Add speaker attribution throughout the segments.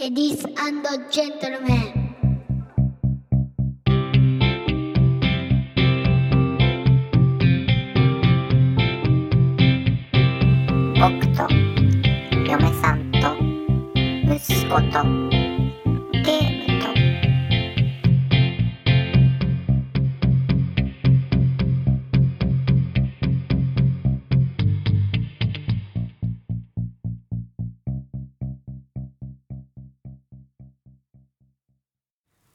Speaker 1: Ladies and gentlemen.
Speaker 2: 僕と嫁さんと息子とゲームと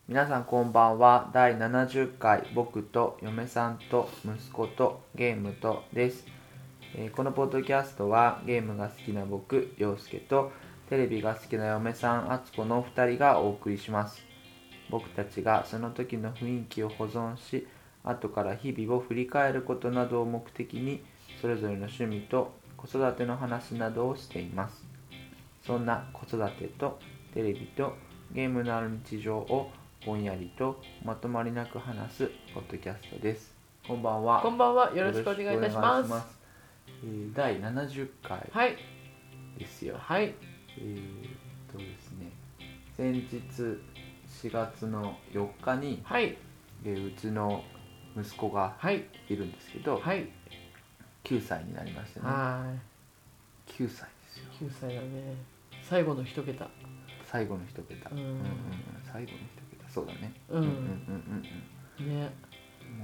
Speaker 3: 皆さんこんばんは第70回僕と嫁さんと息子とゲームとです、えーこのポッドキャストはゲームが好きな僕陽介とテレビが好きな嫁さん敦子の2人がお送りします僕たちがその時の雰囲気を保存し後から日々を振り返ることなどを目的にそれぞれの趣味と子育ての話などをしていますそんな子育てとテレビとゲームのある日常をぼんやりとまとまりなく話すポッドキャストです。こんばんは。
Speaker 4: こんばんは。よろしくお願いいたしま
Speaker 3: よろし
Speaker 4: す。
Speaker 3: くお願いしますえー第70回
Speaker 4: はい。
Speaker 3: ですよ。
Speaker 4: はい。
Speaker 3: えーっとですね、先日4月の4日に、
Speaker 4: はい。
Speaker 3: えーうちの息子が
Speaker 4: はい。
Speaker 3: いるんですけど、
Speaker 4: はい。
Speaker 3: 9歳になりましたね。
Speaker 4: は
Speaker 3: 9歳ですよ。
Speaker 4: い。9歳だね。最後の一桁。
Speaker 3: 最後の一桁。
Speaker 4: うん
Speaker 3: 最後の一桁。そうだね。
Speaker 4: う
Speaker 3: うんうんうん
Speaker 4: ん。ね。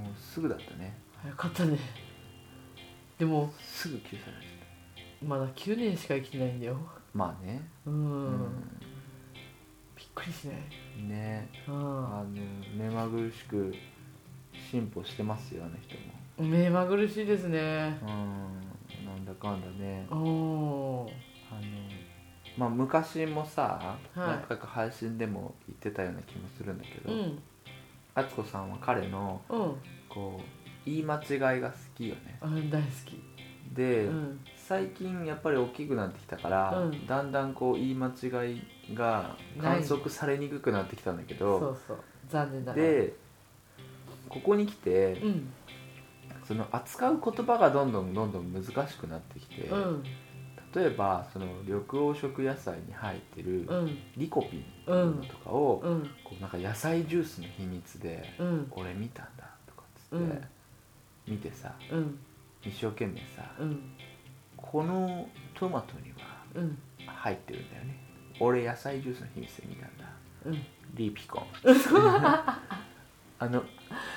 Speaker 3: うん。もうすぐだったね。
Speaker 4: 早かったね。でも、
Speaker 3: すぐ9歳でした。
Speaker 4: まだ9年しか生きてないんだよ。
Speaker 3: まあね。
Speaker 4: う。
Speaker 3: うん
Speaker 4: びっくりしない。
Speaker 3: ね
Speaker 4: うん
Speaker 3: あの目まぐるしく進歩してますよあの人
Speaker 4: 目まぐるしいですね。
Speaker 3: もうんなんだかんだね
Speaker 4: おお。
Speaker 3: あのまあ昔もさ、
Speaker 4: い
Speaker 3: 何回か配信でも言ってたような気もするんだけど、
Speaker 4: うん。
Speaker 3: 敦子さんは彼の
Speaker 4: うん。
Speaker 3: こう言い間違いが好きよね
Speaker 4: あ大好き。
Speaker 3: で、
Speaker 4: うん。
Speaker 3: 最近やっぱり大きくなってきたから、
Speaker 4: うん
Speaker 3: だんだんこう言い間違いが観測されにくくなってきたんだけ
Speaker 4: そ
Speaker 3: ど
Speaker 4: うそう。残念だが。
Speaker 3: でここに来て、
Speaker 4: うん。
Speaker 3: その扱う言葉がどんどんどんどん難しくなってきて、
Speaker 4: うん。
Speaker 3: 例えばその緑黄色野菜に入ってる
Speaker 4: うん。
Speaker 3: リコピンっていうのとかを、
Speaker 4: うん。
Speaker 3: こうなんか野菜ジュースの秘密で
Speaker 4: うん
Speaker 3: 「俺見たんだ」とかっつって、
Speaker 4: うん
Speaker 3: 見てさ
Speaker 4: うん。
Speaker 3: 一生懸命さ、
Speaker 4: うん。
Speaker 3: このトマトには
Speaker 4: うん。
Speaker 3: 入ってるんだよね俺野菜ジュースの秘密で見たんだ
Speaker 4: うん。
Speaker 3: リピ コンあの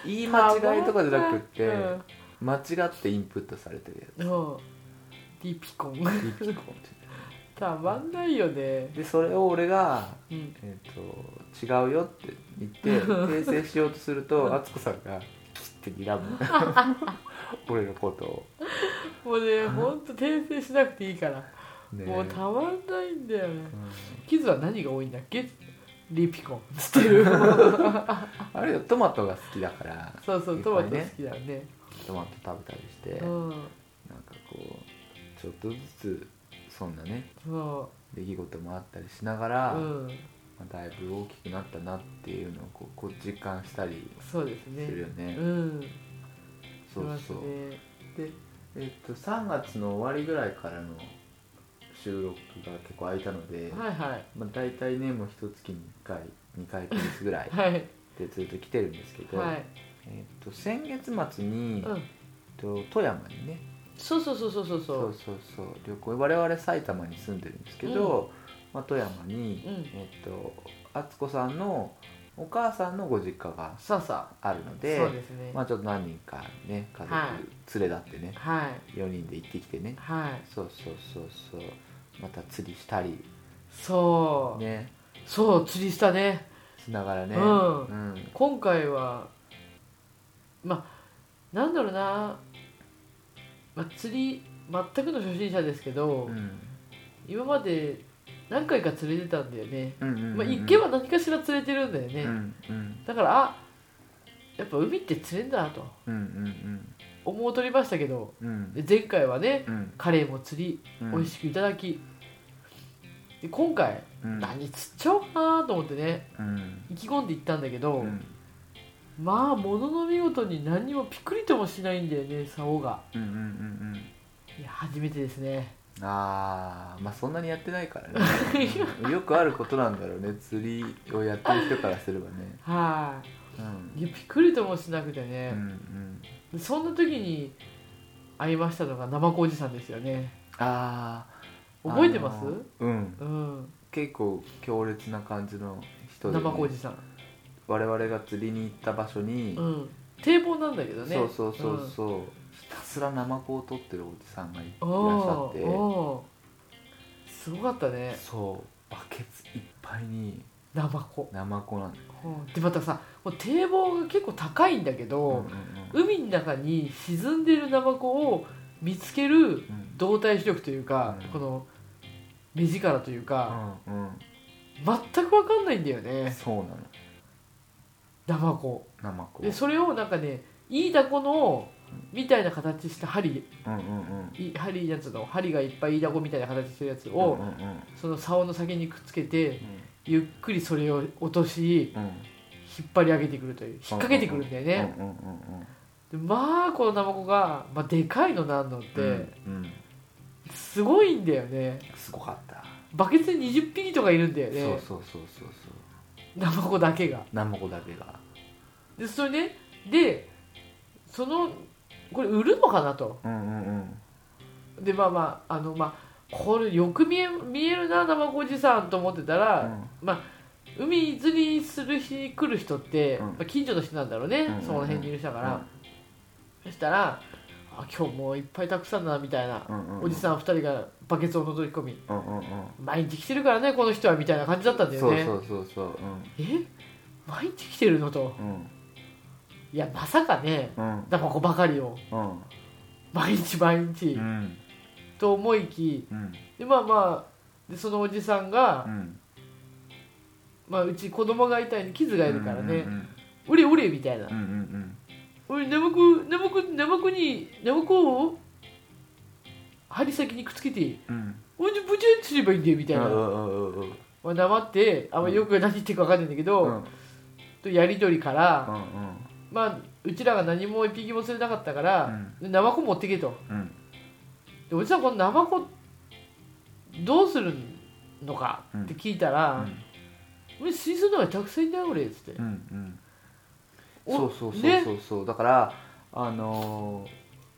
Speaker 3: 言い間違いとかじゃなくって、
Speaker 4: うん
Speaker 3: 間違ってインプットされてるやつ
Speaker 4: そうリピコン
Speaker 3: リピコンって言って
Speaker 4: たまんないよね
Speaker 3: でそれを俺が、
Speaker 4: うん
Speaker 3: えーと「違うよ」って言っ て訂正しようとすると敦子さんがキッて睨 む俺のことを、
Speaker 4: もうねほんと訂正しなくていいから、
Speaker 3: ね
Speaker 4: もうたまんないんだよね
Speaker 3: うん
Speaker 4: キズは何が多いんだっけリピコンつってる
Speaker 3: あれよトマトが好きだから
Speaker 4: そうそう
Speaker 3: いっぱいね
Speaker 4: トマト好きだよね
Speaker 3: トマト食べたりして、
Speaker 4: うん
Speaker 3: なんかこうちょっとずつそんなね
Speaker 4: そ
Speaker 3: 出来事もあったりしながら、
Speaker 4: ううん
Speaker 3: まあ、だいぶ大きくなったなっていうのをこうこう実感したり
Speaker 4: そうです
Speaker 3: す
Speaker 4: ね
Speaker 3: るよね
Speaker 4: うん
Speaker 3: そうそう、
Speaker 4: しますね
Speaker 3: で、えっと、3月の終わりぐらいからの収録が結構空いたので、
Speaker 4: はいはい
Speaker 3: まあ、大体ねもう一月に1回2回ペースぐらい
Speaker 4: はい
Speaker 3: でずっと来てるんですけど、
Speaker 4: はい
Speaker 3: えっと、先月末に、
Speaker 4: う
Speaker 3: えっ
Speaker 4: ん
Speaker 3: と、富山にね
Speaker 4: そうそうそうそうそうそ
Speaker 3: そう
Speaker 4: う
Speaker 3: そうそう旅行我々埼玉に住んでるんですけど、まあ、富山に、
Speaker 4: うん
Speaker 3: えっと、敦子さんのお母さんのご実家が
Speaker 4: さあさ
Speaker 3: あるの
Speaker 4: あ
Speaker 3: で
Speaker 4: そうですね、
Speaker 3: まあ、ちょっと何人かね家
Speaker 4: は
Speaker 3: 族連れ立ってね、
Speaker 4: はい
Speaker 3: 4人で行ってきてね
Speaker 4: はい
Speaker 3: そうそうそうそうまた釣りしたり
Speaker 4: そう、
Speaker 3: ね
Speaker 4: そう釣りしたね
Speaker 3: しながらね
Speaker 4: うん
Speaker 3: うん
Speaker 4: 今回はまあなんだろうな、まあ、釣り全くの初心者ですけど、
Speaker 3: うん
Speaker 4: 今まで何回か釣れてたんだよね、
Speaker 3: うんうんうん
Speaker 4: まあ、行けば何かしら釣れてるんだよね、
Speaker 3: うんうん
Speaker 4: だからあやっぱ海って釣れんだなと
Speaker 3: うんうん
Speaker 4: 思うとりましたけど
Speaker 3: うんうん
Speaker 4: で前回はね
Speaker 3: うん
Speaker 4: カレーも釣り
Speaker 3: うん
Speaker 4: 美味しくいただき、で今回
Speaker 3: うん
Speaker 4: 何釣っちゃおうかなと思ってね
Speaker 3: うん
Speaker 4: 意気込んで行ったんだけど、
Speaker 3: うん
Speaker 4: まあものの見事に何にもピクリともしないんだよね竿が
Speaker 3: うんうんうんうん
Speaker 4: いや初めてですね
Speaker 3: あーまあそんなにやってないから ねよくあることなんだろうね釣りをやってる人からすればね
Speaker 4: は
Speaker 3: うん、
Speaker 4: い、いやびっくりともしなくて
Speaker 3: うんう
Speaker 4: ね、
Speaker 3: ん、
Speaker 4: そんな時に会いましたのが生子おじさんですよね
Speaker 3: ああ
Speaker 4: 覚えてます、
Speaker 3: うん
Speaker 4: うん
Speaker 3: 結構強烈な感じの人で、
Speaker 4: 生子お
Speaker 3: ね
Speaker 4: じ、さん、
Speaker 3: 我々が釣りに行った場所に、
Speaker 4: うん堤防なんだけどね
Speaker 3: そうそうそうそう、ひたすらナマコを取ってるおじさんがいいら
Speaker 4: うん、
Speaker 3: っしゃ
Speaker 4: お
Speaker 3: っ
Speaker 4: ー
Speaker 3: て
Speaker 4: おーすごかったね
Speaker 3: そうバケツいっぱいに
Speaker 4: 生子
Speaker 3: ナマコなんだ
Speaker 4: うんでまたさもう堤防が結構高いんだけ
Speaker 3: うんうん
Speaker 4: ど、
Speaker 3: うん
Speaker 4: 海の中に沈んでるナマコを見つける
Speaker 3: うん
Speaker 4: 動体視力というか、
Speaker 3: うん
Speaker 4: この目力というか、
Speaker 3: うんうん
Speaker 4: 全く分かんないんだよね
Speaker 3: そうなの
Speaker 4: ナマコ
Speaker 3: ナマコ
Speaker 4: でそれをなんかねいいダコのみたいな形した針
Speaker 3: うんうんうん
Speaker 4: い針やつの針がいっぱいいいダコみたいな形してるやつ
Speaker 3: を
Speaker 4: を、
Speaker 3: うんうん
Speaker 4: その竿の先にくっつけてゆっくりそれを落とし
Speaker 3: うん
Speaker 4: 引っ張り上げてくるという引っ掛けてくるんだよね、
Speaker 3: うんうんうん
Speaker 4: でまあこのナマコが、まあ、でかいのなんのっ
Speaker 3: うん
Speaker 4: て
Speaker 3: うんうん
Speaker 4: すごいんだよね
Speaker 3: すごかった
Speaker 4: バケツに20匹とかいるんだよ
Speaker 3: そう
Speaker 4: ね
Speaker 3: そうそうそうそう
Speaker 4: ナマコだけが
Speaker 3: ナマコだけが
Speaker 4: でそれねでそのこれ売るのかなと
Speaker 3: うんうんうん
Speaker 4: でまあまああのまあこれよく見え見えるなナマコおじさんと思ってた
Speaker 3: う
Speaker 4: ら、
Speaker 3: ん
Speaker 4: 海釣りする日来る人って、
Speaker 3: うん
Speaker 4: まあ、近所の人なんだろうね、
Speaker 3: うんうんうん
Speaker 4: その辺にいる人だから、そしたらあ今日もういっぱいたくさんだなみたいな、
Speaker 3: うんうんうん
Speaker 4: おじさん2人がバケツを覗き込み
Speaker 3: うんうんうん
Speaker 4: 毎日来てるからねこの人はみたいな感じだったんだよ
Speaker 3: そう
Speaker 4: ね
Speaker 3: そうそうそううん
Speaker 4: え毎日来てるのと
Speaker 3: うん
Speaker 4: いやまさかね
Speaker 3: うん
Speaker 4: ナマコばかりを
Speaker 3: うん
Speaker 4: 毎日毎日、
Speaker 3: うん
Speaker 4: と思いき
Speaker 3: うん
Speaker 4: でまあまあでそのおじさんが、
Speaker 3: うん
Speaker 4: まあ、うち子供がいたりキズがいるからね、
Speaker 3: うん
Speaker 4: うれうれみたいな
Speaker 3: うんうん
Speaker 4: 「俺眠く眠く眠くに眠くを針先にくっつけて
Speaker 3: うんうん
Speaker 4: ほんでブチュッてすればいいんだよ」みたいな、
Speaker 3: う
Speaker 4: ま
Speaker 3: んうんうんうん
Speaker 4: あ、黙ってあんまよく何言ってるか分かんないんだけど、
Speaker 3: うん
Speaker 4: とやり取りから、
Speaker 3: うん
Speaker 4: まあ、うちらが何も一匹も釣れなかったから、ナマコ持ってけと
Speaker 3: うんうん
Speaker 4: でおじさんこのナマコどうするのかって聞いたら「俺水槽の中にたくさんいたよ俺」っつって
Speaker 3: うんうん
Speaker 4: お
Speaker 3: そうそうそう
Speaker 4: ね
Speaker 3: そうそうだからあの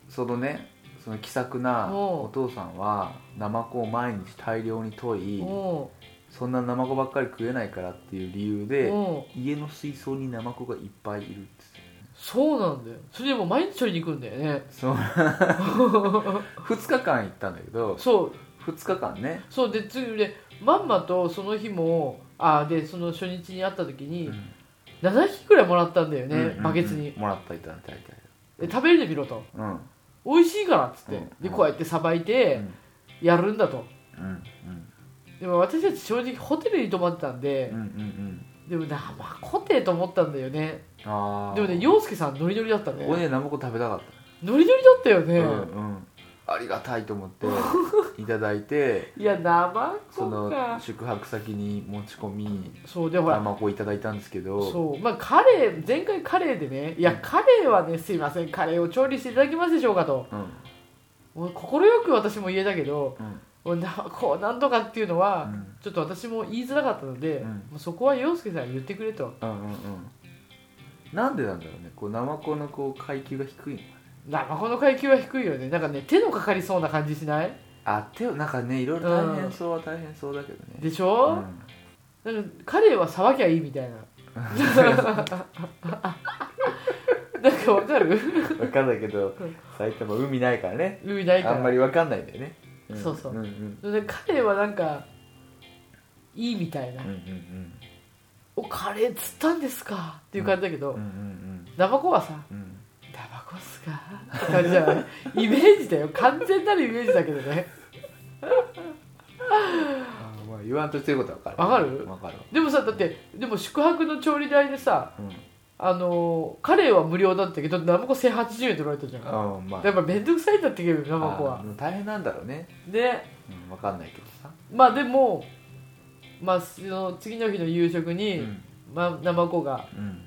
Speaker 3: ーそのねその気さくな
Speaker 4: おう
Speaker 3: お父さんはナマコを毎日大量にと
Speaker 4: 「
Speaker 3: い
Speaker 4: お
Speaker 3: そんなナマコばっかり食えないからっていう理由
Speaker 4: う
Speaker 3: で
Speaker 4: おう
Speaker 3: 家の水槽にナマコがいっぱいいるって
Speaker 4: そうなんだよそれでもう毎日取りに行くんだよね
Speaker 3: そう2日間行ったんだけど
Speaker 4: そう
Speaker 3: 2日間ね
Speaker 4: そうで次でまんまとその日もあでその初日に会った時に7匹くらいもらったんだよね、
Speaker 3: うんうんうん
Speaker 4: バケツに
Speaker 3: もらったいただいたいた
Speaker 4: で食べるでみろと
Speaker 3: うんうん
Speaker 4: 美味しいからっつって、
Speaker 3: うん
Speaker 4: でこうやってさばいてやるんだと
Speaker 3: うん
Speaker 4: でも私たち正直ホテルに泊まってたんで
Speaker 3: うんう、んうん
Speaker 4: でも生コテと思ったんだよね
Speaker 3: ああ
Speaker 4: でもね洋介さんノリノリだったね
Speaker 3: 俺ねナマコ食べたかった
Speaker 4: ノリノリだったよね、
Speaker 3: うんうん、ありがたいと思っていただい て
Speaker 4: いや生
Speaker 3: そ
Speaker 4: コ
Speaker 3: の
Speaker 4: か
Speaker 3: 宿泊先に持ち込み
Speaker 4: そうでほ
Speaker 3: ナ
Speaker 4: ら
Speaker 3: マコいただいたんですけど
Speaker 4: そうまあカレー前回カレーでねいやカレーはねすいませんカレーを調理していただけますでしょうかと
Speaker 3: うん
Speaker 4: もう快く私も言えたけど
Speaker 3: うん
Speaker 4: もうなこうなんとかっていうの
Speaker 3: う
Speaker 4: は、
Speaker 3: ん
Speaker 4: ちょっと私も言いづらかったので、
Speaker 3: うん
Speaker 4: もうそこは洋介さん言ってくれと
Speaker 3: うんうんうんなんでなんだろうねこうナマコのこう階級が低いのか
Speaker 4: 生この階級は低いよねなんかね手のかかりそうな感じしない
Speaker 3: なあ手をなんかねいろいろ大変そうは大変そうだけどね、
Speaker 4: でし
Speaker 3: う
Speaker 4: ょ、
Speaker 3: ん
Speaker 4: なんかカレーはさばきゃいい みたいななんかわかる
Speaker 3: 分かんないけど埼玉海ないからね
Speaker 4: 海ないか
Speaker 3: あ
Speaker 4: ら
Speaker 3: んまり分かんないんだよね、ん
Speaker 4: そうそう
Speaker 3: うんうん
Speaker 4: でカレーはなんかいいみたいな
Speaker 3: うんうん
Speaker 4: 「おカレー釣ったんですか」っていう感じだけど、
Speaker 3: うんうんうん
Speaker 4: ナマコはさ
Speaker 3: うんうん
Speaker 4: 「ナマコっすか?」って感じじゃない イメージだよ完全なるイメージだけどね
Speaker 3: あーまあ言わんとしてることは分かる
Speaker 4: わかる
Speaker 3: 分かる
Speaker 4: でもさだってでも宿泊の調理代でさ
Speaker 3: うん
Speaker 4: あのーカレーは無料だったけどナマコ1080円取られたじゃんや
Speaker 3: うんまあ
Speaker 4: っぱ面倒くさいんだってけどナマコ
Speaker 3: あ
Speaker 4: は
Speaker 3: ーもう大変なんだろうね、
Speaker 4: で
Speaker 3: うん、分かんないけどさ、
Speaker 4: まあでもまあその次の日の夕食
Speaker 3: う
Speaker 4: に、
Speaker 3: ん
Speaker 4: まあ、ナマコが
Speaker 3: うん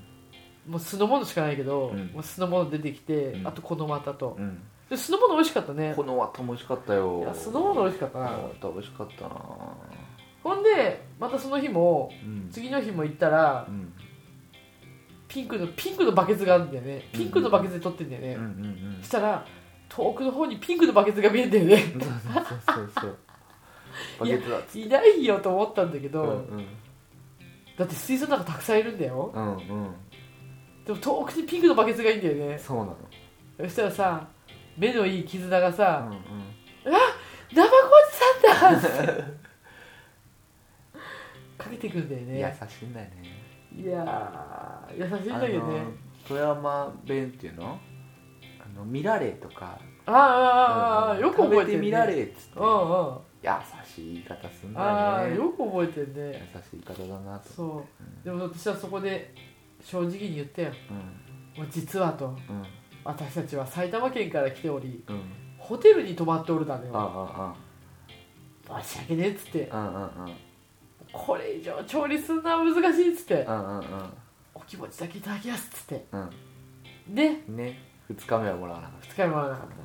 Speaker 4: もう酢の物しかないけど、
Speaker 3: うん
Speaker 4: もう酢の物出てきて、
Speaker 3: うん
Speaker 4: あとこのまたと、
Speaker 3: うん
Speaker 4: で酢の物美味しかったね
Speaker 3: この後も美味しかったよ
Speaker 4: いや酢の物美味しかったな
Speaker 3: この後美味しかったな
Speaker 4: ほんでまたその日も
Speaker 3: うん
Speaker 4: 次の日も行ったら
Speaker 3: うん
Speaker 4: ピンクのピンクのバケツがあるんだよねピンクのバケツで撮ってんだよね、
Speaker 3: うんうん
Speaker 4: そしたら遠くの方にピンクのバケツが見えてね
Speaker 3: うんそうそうそうそうバケツだ
Speaker 4: いないよと思ったんだけど、
Speaker 3: うんうん
Speaker 4: だって水槽の中たくさんいるんだよ
Speaker 3: うんうん
Speaker 4: でも遠くにピンクのバケツがいいんだよね
Speaker 3: そうなの
Speaker 4: そしたらさ目のいい絆が
Speaker 3: う
Speaker 4: さ
Speaker 3: んうん
Speaker 4: 「生コンさんだ!」って かけてくんだよ
Speaker 3: 優
Speaker 4: ね
Speaker 3: しいんだよね
Speaker 4: いやー優しいん
Speaker 3: あ
Speaker 4: だけどね
Speaker 3: の富山弁っていうのあの見られとか
Speaker 4: あーあーあーあーよく覚え
Speaker 3: 食
Speaker 4: て
Speaker 3: べ
Speaker 4: る、ね、
Speaker 3: 見られっつって
Speaker 4: うんうんあ
Speaker 3: 優しい言い方すんだ
Speaker 4: あ
Speaker 3: よ
Speaker 4: ー
Speaker 3: ね
Speaker 4: よく覚えてる
Speaker 3: 優
Speaker 4: ね
Speaker 3: しい言い方だなと
Speaker 4: そううでも私はそこで正直に言ったよ
Speaker 3: うん
Speaker 4: もう実はと
Speaker 3: うん
Speaker 4: 私たちは埼玉県から来ており
Speaker 3: うん
Speaker 4: ホテルに泊まっておるだね
Speaker 3: ああ
Speaker 4: 申し訳ねえっつって
Speaker 3: ああうんうんうん
Speaker 4: これ以上調理するのは難しいっつって
Speaker 3: うんうん
Speaker 4: お気持ちだけいただきますっつって
Speaker 3: うん
Speaker 4: ね
Speaker 3: うんね2日目はもらわなかっ、
Speaker 4: 2日目もらわなかったた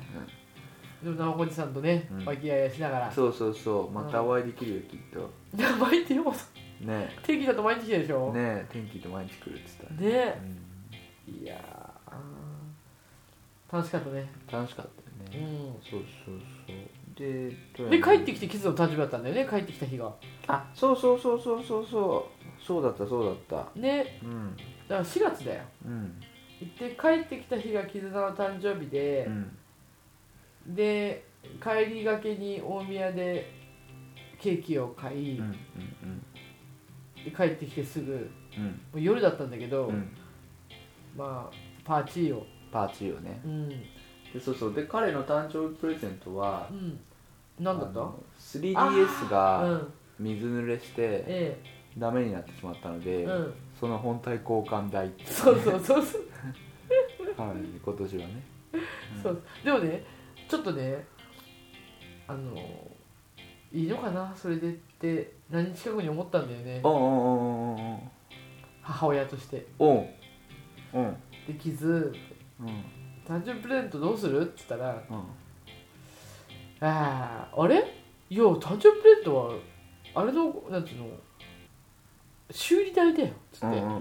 Speaker 4: でも生おじさんとね
Speaker 3: うん
Speaker 4: 和気あいあいしながら
Speaker 3: そうそうそうまたお会いできるよきっと
Speaker 4: 名前ってよ
Speaker 3: ね
Speaker 4: 天気だと毎日来てるでしょね
Speaker 3: ね天気と毎日来るっつったらうん
Speaker 4: いやー楽しかったね
Speaker 3: 楽しかったよね
Speaker 4: う
Speaker 3: そうそうそうで富
Speaker 4: ん
Speaker 3: 山
Speaker 4: で帰ってきてキズの誕生日だったんだよね帰ってきた日が
Speaker 3: あそうそうそうそうそうそうそうだったそうだった
Speaker 4: ね
Speaker 3: うん
Speaker 4: だから4月だよ
Speaker 3: うん
Speaker 4: 行って帰ってきた日が絆の誕生日で
Speaker 3: う、ん
Speaker 4: で帰りがけに大宮でケーキを買い、
Speaker 3: うん
Speaker 4: で帰ってきてすぐ
Speaker 3: うん
Speaker 4: もう夜だったんだけど、
Speaker 3: うんうん
Speaker 4: まあパーチーを
Speaker 3: パーチーをね
Speaker 4: うん、
Speaker 3: でそうそうで彼の誕生日プレゼントは
Speaker 4: うん、何だっ
Speaker 3: あ
Speaker 4: た
Speaker 3: の 3DS
Speaker 4: う
Speaker 3: が
Speaker 4: ん
Speaker 3: 水濡れして
Speaker 4: え
Speaker 3: ダメになってしまったの
Speaker 4: え
Speaker 3: で
Speaker 4: うん
Speaker 3: その本体交換代って
Speaker 4: そうそうそうそう
Speaker 3: はい今年はねうん
Speaker 4: そうでもねちょっとねあのいいのかなそれでって何日か後に思ったんだよね
Speaker 3: おんおんおん
Speaker 4: 母親として
Speaker 3: おんおんおん
Speaker 4: でキズ
Speaker 3: うんうん
Speaker 4: 誕生日プレゼントどうするって言ったら
Speaker 3: うん
Speaker 4: あああれいや誕生日プレゼントはあれのなんていうの修理代だよっつって、
Speaker 3: うん
Speaker 4: いうや
Speaker 3: んうんう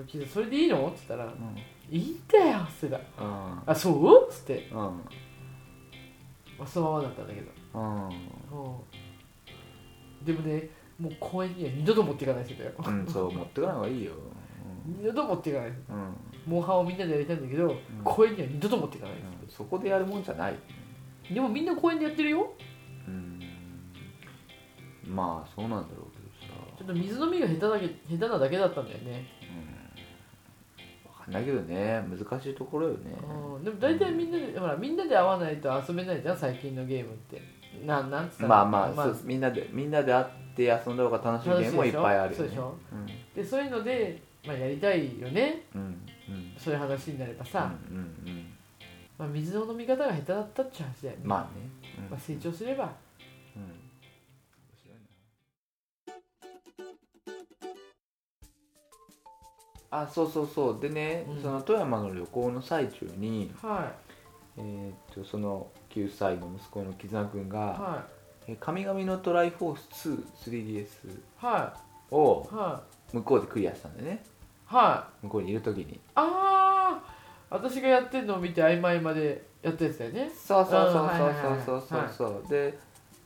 Speaker 3: ん
Speaker 4: キズそれでいいの?」っつったら
Speaker 3: うん
Speaker 4: 「いいんだよ」っつってた
Speaker 3: うん
Speaker 4: あそう?」っつって、
Speaker 3: うん
Speaker 4: まあ、そのままだったんだけど、
Speaker 3: うん
Speaker 4: うんでもねもう公園には二度と持っていかない人だよ
Speaker 3: うんそう持ってかない方がいいよ
Speaker 4: 二度と持っていかない
Speaker 3: うん、うん
Speaker 4: モンハンをみんなでやりたいんだけど、公園には二度と持っていかない、
Speaker 3: うんそこでやるもんじゃない
Speaker 4: でもみんな公園でやってるよ
Speaker 3: うんまあそうなんだろうけ
Speaker 4: ち
Speaker 3: ど
Speaker 4: ょ
Speaker 3: さ
Speaker 4: っと水飲みが下手だけ下手なだけだったんだよね、
Speaker 3: わかんないけどね難しいところよね
Speaker 4: うん、でも大体みんなでほらみんなで会わないと遊べないじゃん最近のゲームってなんなんつったら
Speaker 3: まあまあ、そうみんなでみんなで会って遊んだ方が楽しいゲームもいっぱいあるよ
Speaker 4: そう
Speaker 3: ね
Speaker 4: でしょ
Speaker 3: うん
Speaker 4: でそういうので、まあ、やりたいよね
Speaker 3: うんうん
Speaker 4: そういう話になればさ、
Speaker 3: うんうんうん
Speaker 4: まあ、水の飲み方が下手だったっちゅう話だよね、
Speaker 3: まあね、うん
Speaker 4: まあ成長すれば
Speaker 3: うん面白いなあそうそうそうでね、
Speaker 4: うん
Speaker 3: その富山の旅行の最中に、
Speaker 4: は
Speaker 3: えーっとその9歳の息子の絆くん
Speaker 4: い
Speaker 3: が
Speaker 4: は
Speaker 3: 「えー神々のトライフォース2」
Speaker 4: いは
Speaker 3: 3DS を
Speaker 4: いはい
Speaker 3: 向こうでクリアしたんだよね
Speaker 4: はい
Speaker 3: 向こうにいる時に
Speaker 4: ああ私がやってんのを見て曖昧までやったやつだよね
Speaker 3: そうそうそう
Speaker 4: うんはいはいはい
Speaker 3: そうそうそうそうそうで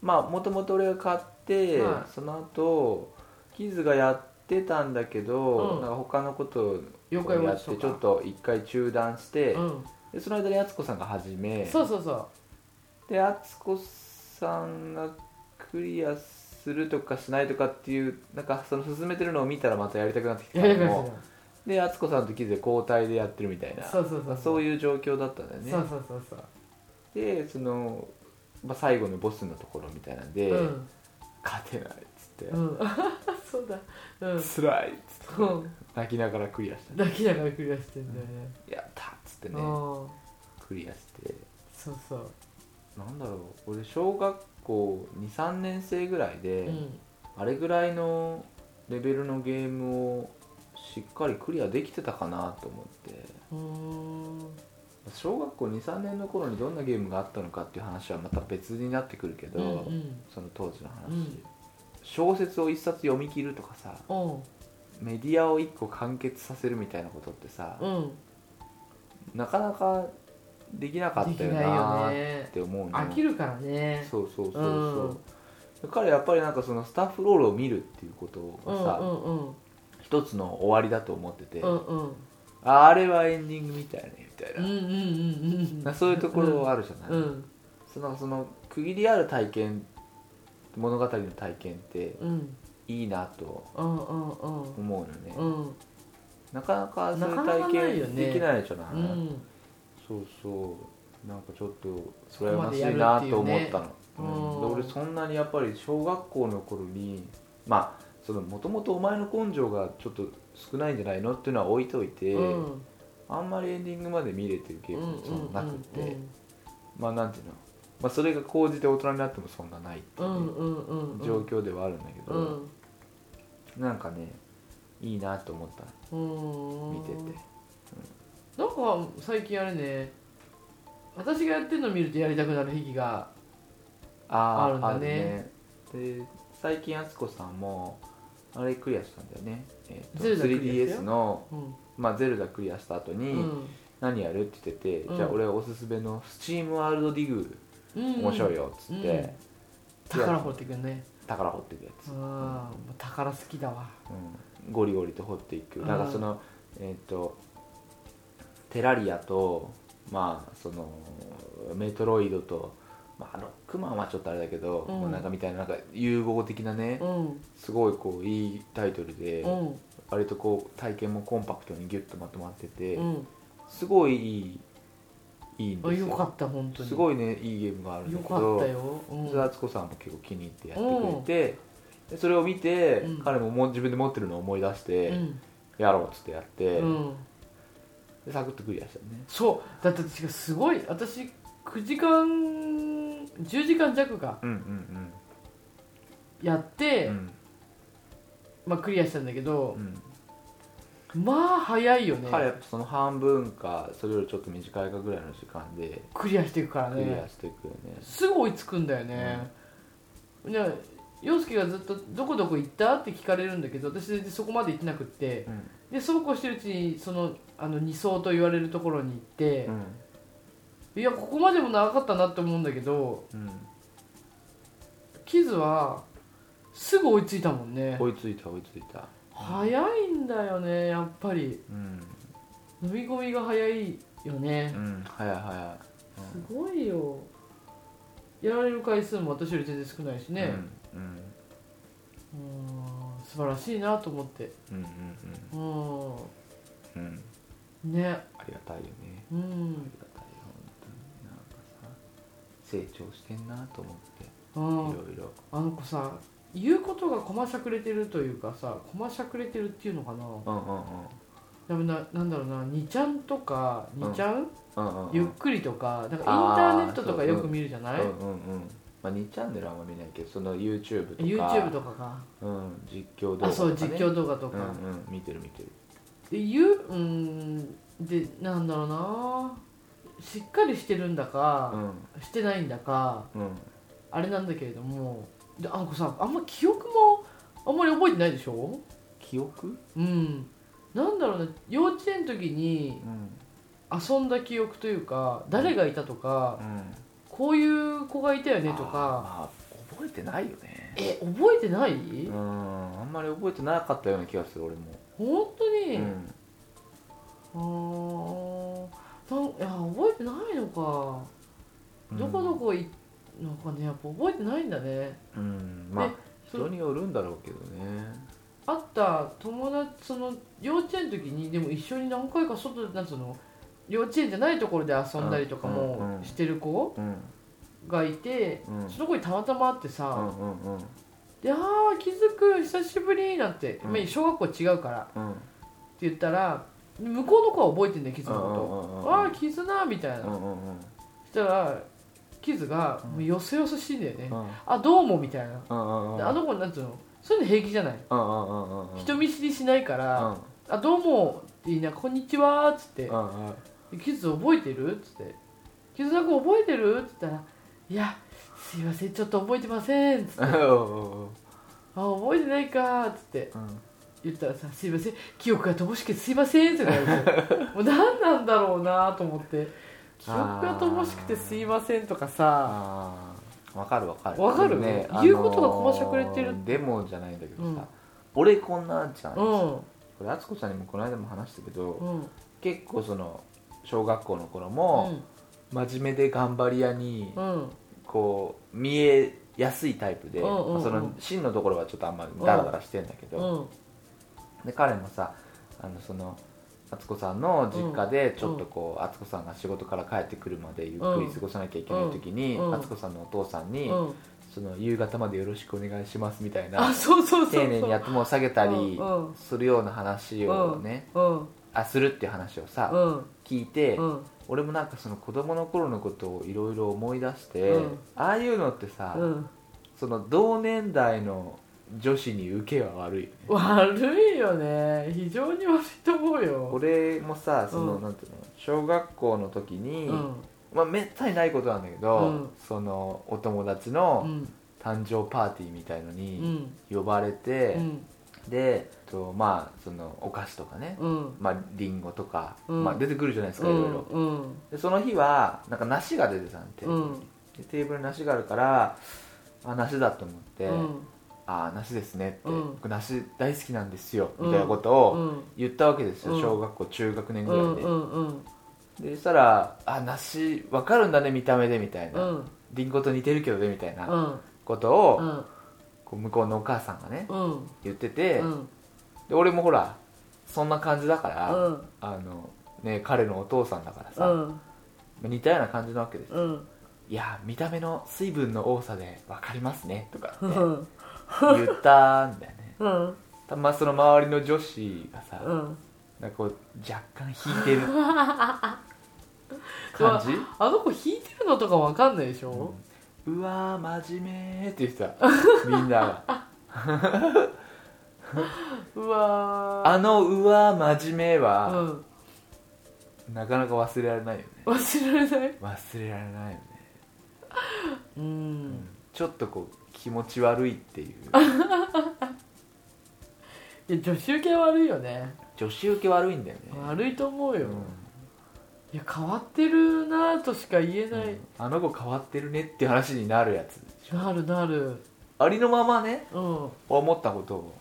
Speaker 3: まあもともと俺が買って、
Speaker 4: はい
Speaker 3: その後キズがやってたんだけど、
Speaker 4: うん
Speaker 3: なんか他のことを
Speaker 4: 妖怪ウォ
Speaker 3: や
Speaker 4: ッ
Speaker 3: っ
Speaker 4: チ
Speaker 3: て
Speaker 4: と
Speaker 3: ちょっ
Speaker 4: か
Speaker 3: と一回中断して、
Speaker 4: うん
Speaker 3: でその間に敦子さんが始め
Speaker 4: そうそうそう
Speaker 3: で敦子さんがクリアするとかしないとかっていうなんかその進めてるのを見たらまたやりたくなってきて
Speaker 4: やり
Speaker 3: た
Speaker 4: ま
Speaker 3: の
Speaker 4: し
Speaker 3: もで敦子さんとキズで交代でやってるみたいな
Speaker 4: たそうそうそう
Speaker 3: そう
Speaker 4: いう
Speaker 3: いう状況だったんだよね
Speaker 4: そうそうそうそう
Speaker 3: でその、まあ、最後のボスのところみたいなんで、
Speaker 4: うん
Speaker 3: 勝てないっつって、
Speaker 4: うん そうだうん
Speaker 3: 辛いっつって
Speaker 4: うん
Speaker 3: 泣きながらクリアしたね
Speaker 4: 抱きながらクリアしてんだよね
Speaker 3: やったっつって
Speaker 4: うん
Speaker 3: ねクリアして
Speaker 4: そうそう
Speaker 3: なんだろう俺小学校23年生ぐらいで、
Speaker 4: うん
Speaker 3: あれぐらいのレベルのゲームをしっかりクリアできてたかなと思って
Speaker 4: うーん
Speaker 3: 小学校23年の頃にどんなゲームがあったのかっていう話はまた別になってくるけど、
Speaker 4: うんうん
Speaker 3: その当時の話、
Speaker 4: うん
Speaker 3: 小説を一冊読み切るとかさ
Speaker 4: おう
Speaker 3: メディアを一個完結させるみたいなことってさ、
Speaker 4: うん
Speaker 3: なかなかできなかったよ
Speaker 4: でき
Speaker 3: な
Speaker 4: ないよ
Speaker 3: ー
Speaker 4: ね
Speaker 3: って思うの
Speaker 4: 飽きるからね
Speaker 3: そうそうそうそう、彼はやっぱりなんかそのスタッフロールを見るっていうこと
Speaker 4: うん
Speaker 3: が
Speaker 4: う
Speaker 3: さ、
Speaker 4: んうん
Speaker 3: 一つの終わりだと思ってて、
Speaker 4: うんうん
Speaker 3: ああれはエンディングみたいねみたい
Speaker 4: うんう
Speaker 3: な,、
Speaker 4: んうんうん
Speaker 3: そういうところあるじゃない、
Speaker 4: うん
Speaker 3: そのその区切りある体験物語の体験って
Speaker 4: うん
Speaker 3: いいなと
Speaker 4: うんうんうん
Speaker 3: 思うのね、
Speaker 4: うん
Speaker 3: なかなかそうい
Speaker 4: なか
Speaker 3: う
Speaker 4: なか
Speaker 3: 体
Speaker 4: ないよ
Speaker 3: 験
Speaker 4: ね
Speaker 3: できないじゃない
Speaker 4: うん
Speaker 3: そうそうなんかちょっとそれ
Speaker 4: こ
Speaker 3: は
Speaker 4: ま
Speaker 3: ましい
Speaker 4: でやる
Speaker 3: な
Speaker 4: っていうね
Speaker 3: と思ったの、う
Speaker 4: う
Speaker 3: ん
Speaker 4: ん
Speaker 3: で俺そんなにやっぱり小学校の頃にまあそのもともとお前の根性がちょっと少ないんじゃないのっていうのは置いといて、
Speaker 4: うん
Speaker 3: あんまりエンディングまで見れてるゲームもそのなくて、まあなんていうの、まあ、それが高じて大人になってもそんなないっていうう、
Speaker 4: ん
Speaker 3: ね
Speaker 4: うんうんうん
Speaker 3: 状況ではあるんだけ
Speaker 4: う
Speaker 3: ど、
Speaker 4: ん
Speaker 3: なんかねいいなと思った
Speaker 4: うん
Speaker 3: 見てて、
Speaker 4: なんか最近あれね私がやってるの見るとやりたくなる癖が
Speaker 3: あー
Speaker 4: あるんだね
Speaker 3: あるねで最近敦子さんもあれクリアしたんだよね、えーと
Speaker 4: ゼルダクリアし
Speaker 3: 3DS
Speaker 4: たよ
Speaker 3: の、
Speaker 4: うん
Speaker 3: まあ、ゼルダクリアした後
Speaker 4: う
Speaker 3: に
Speaker 4: ん
Speaker 3: 何やるって言ってて、
Speaker 4: うん
Speaker 3: じゃあ俺おすすめのスチームワールドディグ
Speaker 4: うん
Speaker 3: 面白いよっつって、
Speaker 4: うん宝掘ってくんね
Speaker 3: 宝掘っていくやつ、
Speaker 4: うんもう宝好きだわ
Speaker 3: うんゴリゴリと掘っていく、
Speaker 4: うん
Speaker 3: なんかそのえっ、とテラリアとまあそのメトロイドと、まあ、ロックマンはちょっとあれだけど、
Speaker 4: うん
Speaker 3: もうなんかみたいななんか融合的なね、
Speaker 4: うん
Speaker 3: すごいこういいタイトルで、
Speaker 4: うん
Speaker 3: 割とこう体験もコンパクトにギュッとまとまってて、
Speaker 4: うん
Speaker 3: すごいいいいいん
Speaker 4: あ
Speaker 3: ですよ
Speaker 4: よかった本当に
Speaker 3: すごいねいいゲームがあるんだ
Speaker 4: よ
Speaker 3: け
Speaker 4: か
Speaker 3: ど
Speaker 4: ったようん
Speaker 3: 津田敦子さんも結構気に入ってやってくれて、でそれを見て、
Speaker 4: うん
Speaker 3: 彼ももう自分で持ってるのを思い出して、
Speaker 4: うん
Speaker 3: やろうっつってやって、
Speaker 4: うん
Speaker 3: でサクッとクリアしたよね
Speaker 4: そうだって私がすごい私9時間10時間弱か
Speaker 3: うんうん
Speaker 4: やっ
Speaker 3: う
Speaker 4: て、
Speaker 3: ん
Speaker 4: まあ、クリアしたんだけど
Speaker 3: う、ん
Speaker 4: まあ早いよね
Speaker 3: 彼はやっぱその半分かそれよりちょっと短いかぐらいの時間で
Speaker 4: クリアしていくから
Speaker 3: クリ
Speaker 4: ね
Speaker 3: アしていくよね
Speaker 4: すぐ追いつくんだよね、ね陽介がずっと「どこどこ行った?」って聞かれるんだけど私全然そこまで行ってなくって
Speaker 3: うん
Speaker 4: でそうこうしてるうちにそのあの2層と言われるところに行って、いやここまでも長かったなって思うんだけど
Speaker 3: うん、
Speaker 4: キズはすぐ追いついたもんね
Speaker 3: 追いついた追いついた
Speaker 4: 早いんだよねやっぱり
Speaker 3: うん
Speaker 4: 飲み込みが早いよね
Speaker 3: う、ん早い早
Speaker 4: すごいよやられる回数も私より全然少ないし
Speaker 3: い
Speaker 4: ね、
Speaker 3: うんうん
Speaker 4: うーん素晴らしいなと思って
Speaker 3: うんうん
Speaker 4: う
Speaker 3: うんうん
Speaker 4: んね
Speaker 3: ありがたいよね
Speaker 4: う
Speaker 3: ありがたいよ本当
Speaker 4: ん
Speaker 3: になんかさ成長してんなと思って
Speaker 4: う
Speaker 3: いろ
Speaker 4: ん
Speaker 3: いろ
Speaker 4: あの子さ言うことがこましゃくれてるというかさこましゃくれてるっていうのかな
Speaker 3: うんうんうん
Speaker 4: でもななんだろうな2ちゃんとか
Speaker 3: ん
Speaker 4: 2ちゃん、
Speaker 3: うんうんうん
Speaker 4: ゆっくりとかなんかインターネットと
Speaker 3: あ
Speaker 4: か
Speaker 3: ー
Speaker 4: よく見るじゃない、
Speaker 3: うんうんうんまあ2チャンネルはあんま見ないけどその YouTube とか
Speaker 4: YouTube とかか
Speaker 3: うん、実況動画とか、ね、
Speaker 4: あそう実況動画と
Speaker 3: と
Speaker 4: か、
Speaker 3: うんうん、見てる見てる
Speaker 4: で言ううんでなんだろうなしっかりしてるんだ
Speaker 3: う
Speaker 4: か、
Speaker 3: ん
Speaker 4: してないんだか
Speaker 3: うん
Speaker 4: あれなんだけれどもであの子さあんま記憶もあんまり覚えてないでしょ
Speaker 3: 記憶
Speaker 4: うんなんだろうね幼稚園の時に
Speaker 3: うん
Speaker 4: 遊んだ記憶というか誰がいたとか
Speaker 3: うん
Speaker 4: こういう子がいたよねとか
Speaker 3: あーまあ覚えてないよね
Speaker 4: え覚えてない、
Speaker 3: うんあんまり覚えてなかったような気がする俺も、
Speaker 4: 本当に、
Speaker 3: うん
Speaker 4: あーなんいや覚えてないのか、
Speaker 3: うん
Speaker 4: どこどこいなんかねやっぱ覚えてないんだね
Speaker 3: うんまあ
Speaker 4: でそ
Speaker 3: 人によるんだろうけどね
Speaker 4: 会った友達その幼稚園の時にでも一緒に何回か外でなんつうの幼稚園じゃないところで遊んだりとか
Speaker 3: うんうんう
Speaker 4: も
Speaker 3: ん
Speaker 4: してる子
Speaker 3: うん
Speaker 4: がいて、
Speaker 3: うん
Speaker 4: その子にたまたま会って
Speaker 3: う
Speaker 4: さ
Speaker 3: んうんうん
Speaker 4: 「いやー気づく久しぶり」なんて、
Speaker 3: うん
Speaker 4: まあ小学校違うからって
Speaker 3: うん
Speaker 4: 言ったら向こうの子は覚えてんだよキズのこ
Speaker 3: うん
Speaker 4: と「ああーキズな」みたいな、
Speaker 3: うんうんうん
Speaker 4: そしたらキズが
Speaker 3: うん
Speaker 4: もうよそよそしいんだよね、
Speaker 3: うん
Speaker 4: あどうもみたいな、
Speaker 3: うんうんうん
Speaker 4: であの子なんつうのそういうの平気じゃない、
Speaker 3: うんうんうんうん
Speaker 4: 人見知りしないから、
Speaker 3: うん
Speaker 4: あどうもって言いながらこんにちはっつって、
Speaker 3: うんうん
Speaker 4: 「キズ覚えてる?」っつって「キズさん覚えてる?」っつったら「いやすいませんちょっと覚えてません」っつって「あ覚えてないか」っつって言ったらさ「すいません記憶が乏しくてすいません」って言われてもう何なんだろうなと思って記憶が乏しくてすいませんとかさ
Speaker 3: あーわかるわかる
Speaker 4: わかる
Speaker 3: でもね
Speaker 4: 言うことがこましゃくれてる
Speaker 3: あのーでもじゃないんだけどさ、
Speaker 4: うん
Speaker 3: 俺こんなんじゃん、
Speaker 4: う
Speaker 3: こ
Speaker 4: ん
Speaker 3: れ敦子さんにもこの間も話したけど、
Speaker 4: うん
Speaker 3: 結構その小学校の頃
Speaker 4: う
Speaker 3: も、
Speaker 4: ん
Speaker 3: 真面目で頑張り屋に、
Speaker 4: うん
Speaker 3: こう見えやすいタイプで、
Speaker 4: うんうんうん
Speaker 3: その芯のところはちょっとあんまりダラダラしてんだけど、
Speaker 4: うん
Speaker 3: で彼もさあのその敦子さんの実家でちょっとこう敦子さんが仕事から帰ってくるまでゆっくり過ごさなきゃいけない時に
Speaker 4: うんうん
Speaker 3: 敦子さんのお父さんに
Speaker 4: うん
Speaker 3: 「その夕方までよろしくお願いします」みたいな
Speaker 4: あそうそうそうそう
Speaker 3: 丁寧にやっても下げたり
Speaker 4: うんうん
Speaker 3: するような話をね
Speaker 4: うん
Speaker 3: あするっていう話を
Speaker 4: う
Speaker 3: さ
Speaker 4: ん
Speaker 3: 聞いて
Speaker 4: うん
Speaker 3: 俺もなんかその子供の頃のことをいろいろ思い出して
Speaker 4: うん
Speaker 3: ああいうのってさ
Speaker 4: うん
Speaker 3: その同年代の女子に受けは悪いよね
Speaker 4: 悪いよね非常に悪いと思うよ
Speaker 3: 俺もさその、
Speaker 4: うん
Speaker 3: なんていうの小学校の時に、
Speaker 4: うん
Speaker 3: まあめったにないことなんだけど、
Speaker 4: うん
Speaker 3: そのお友達
Speaker 4: う
Speaker 3: の
Speaker 4: ん
Speaker 3: 誕生パーティーみたいの
Speaker 4: う
Speaker 3: に
Speaker 4: ん
Speaker 3: 呼ばれて
Speaker 4: う、ん
Speaker 3: でとまあそのお菓子とかね、
Speaker 4: うん
Speaker 3: まあリンゴとか、
Speaker 4: うん
Speaker 3: まあ、出てくるじゃないです
Speaker 4: う
Speaker 3: か、いろい
Speaker 4: ん
Speaker 3: ろ
Speaker 4: うん
Speaker 3: でその日はなんか梨が出てたんで,、
Speaker 4: うん
Speaker 3: でテーブルに梨があるからあ梨だと思って、
Speaker 4: うん
Speaker 3: ああ梨ですねって、
Speaker 4: うん
Speaker 3: 僕梨大好きなんですよみたいなことを、
Speaker 4: うん
Speaker 3: 言ったわけですよ、
Speaker 4: うん
Speaker 3: 小学校中学年ぐ
Speaker 4: う
Speaker 3: らい
Speaker 4: ん
Speaker 3: で、
Speaker 4: うんうん
Speaker 3: でそしたら「あ梨わかるんだね見た目で」みたいな、
Speaker 4: うん
Speaker 3: リンゴと似てるけどねみたいな
Speaker 4: うん
Speaker 3: ことを、
Speaker 4: うん
Speaker 3: こう向こうのお母さんがね、
Speaker 4: うん
Speaker 3: 言ってて、
Speaker 4: うん
Speaker 3: で俺もほらそんな感じだから、
Speaker 4: うん
Speaker 3: あのね彼のお父さんだから
Speaker 4: う
Speaker 3: さ、
Speaker 4: ん
Speaker 3: 似たような感じなわけです、
Speaker 4: うん
Speaker 3: いや見た目の水分の多さで分かりますねとかっ
Speaker 4: う
Speaker 3: て
Speaker 4: ん
Speaker 3: 言ったんだよね
Speaker 4: うん
Speaker 3: たまその周りの女子がさ、
Speaker 4: うん
Speaker 3: なんかこう若干引いてる 感じ、
Speaker 4: あの子弾いてるのとかわかんないでしょ
Speaker 3: うわー真面目って言ってたみんな が
Speaker 4: うわ
Speaker 3: あのうわー真面目
Speaker 4: ーう
Speaker 3: は、
Speaker 4: ん
Speaker 3: なかなか忘れられないよね
Speaker 4: 忘れられない
Speaker 3: 忘れられないよね、
Speaker 4: うん
Speaker 3: ちょっとこう気持ち悪いって いう
Speaker 4: いや女子受け悪いよね
Speaker 3: 女子受け悪いんだよね
Speaker 4: 悪いと思うよ
Speaker 3: うん
Speaker 4: いや変わってるなぁとしか言えな
Speaker 3: う
Speaker 4: い
Speaker 3: んあの子変わってるねって話になるやつ
Speaker 4: なるなる
Speaker 3: ありのままね
Speaker 4: うん
Speaker 3: 思ったことを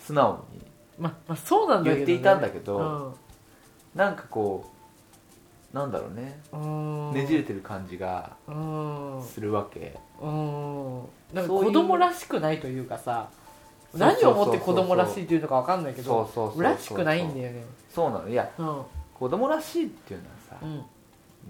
Speaker 3: 素直に
Speaker 4: ままあそうなんだけど、ね、
Speaker 3: 言っていたんだけど
Speaker 4: うん
Speaker 3: なんかこうなんだろうね
Speaker 4: うん
Speaker 3: ねじれてる感じが
Speaker 4: うんうん
Speaker 3: するわけ
Speaker 4: なんか
Speaker 3: そういう
Speaker 4: 子供らしくないというかさ
Speaker 3: そうそうそう
Speaker 4: 何
Speaker 3: そう
Speaker 4: をもって子供らしいというのかわかんないけ
Speaker 3: そう
Speaker 4: ど
Speaker 3: そうそうそう
Speaker 4: らしくないんだよね
Speaker 3: そうなのいや
Speaker 4: うん
Speaker 3: 子供らしいっていうのはさ、
Speaker 4: うん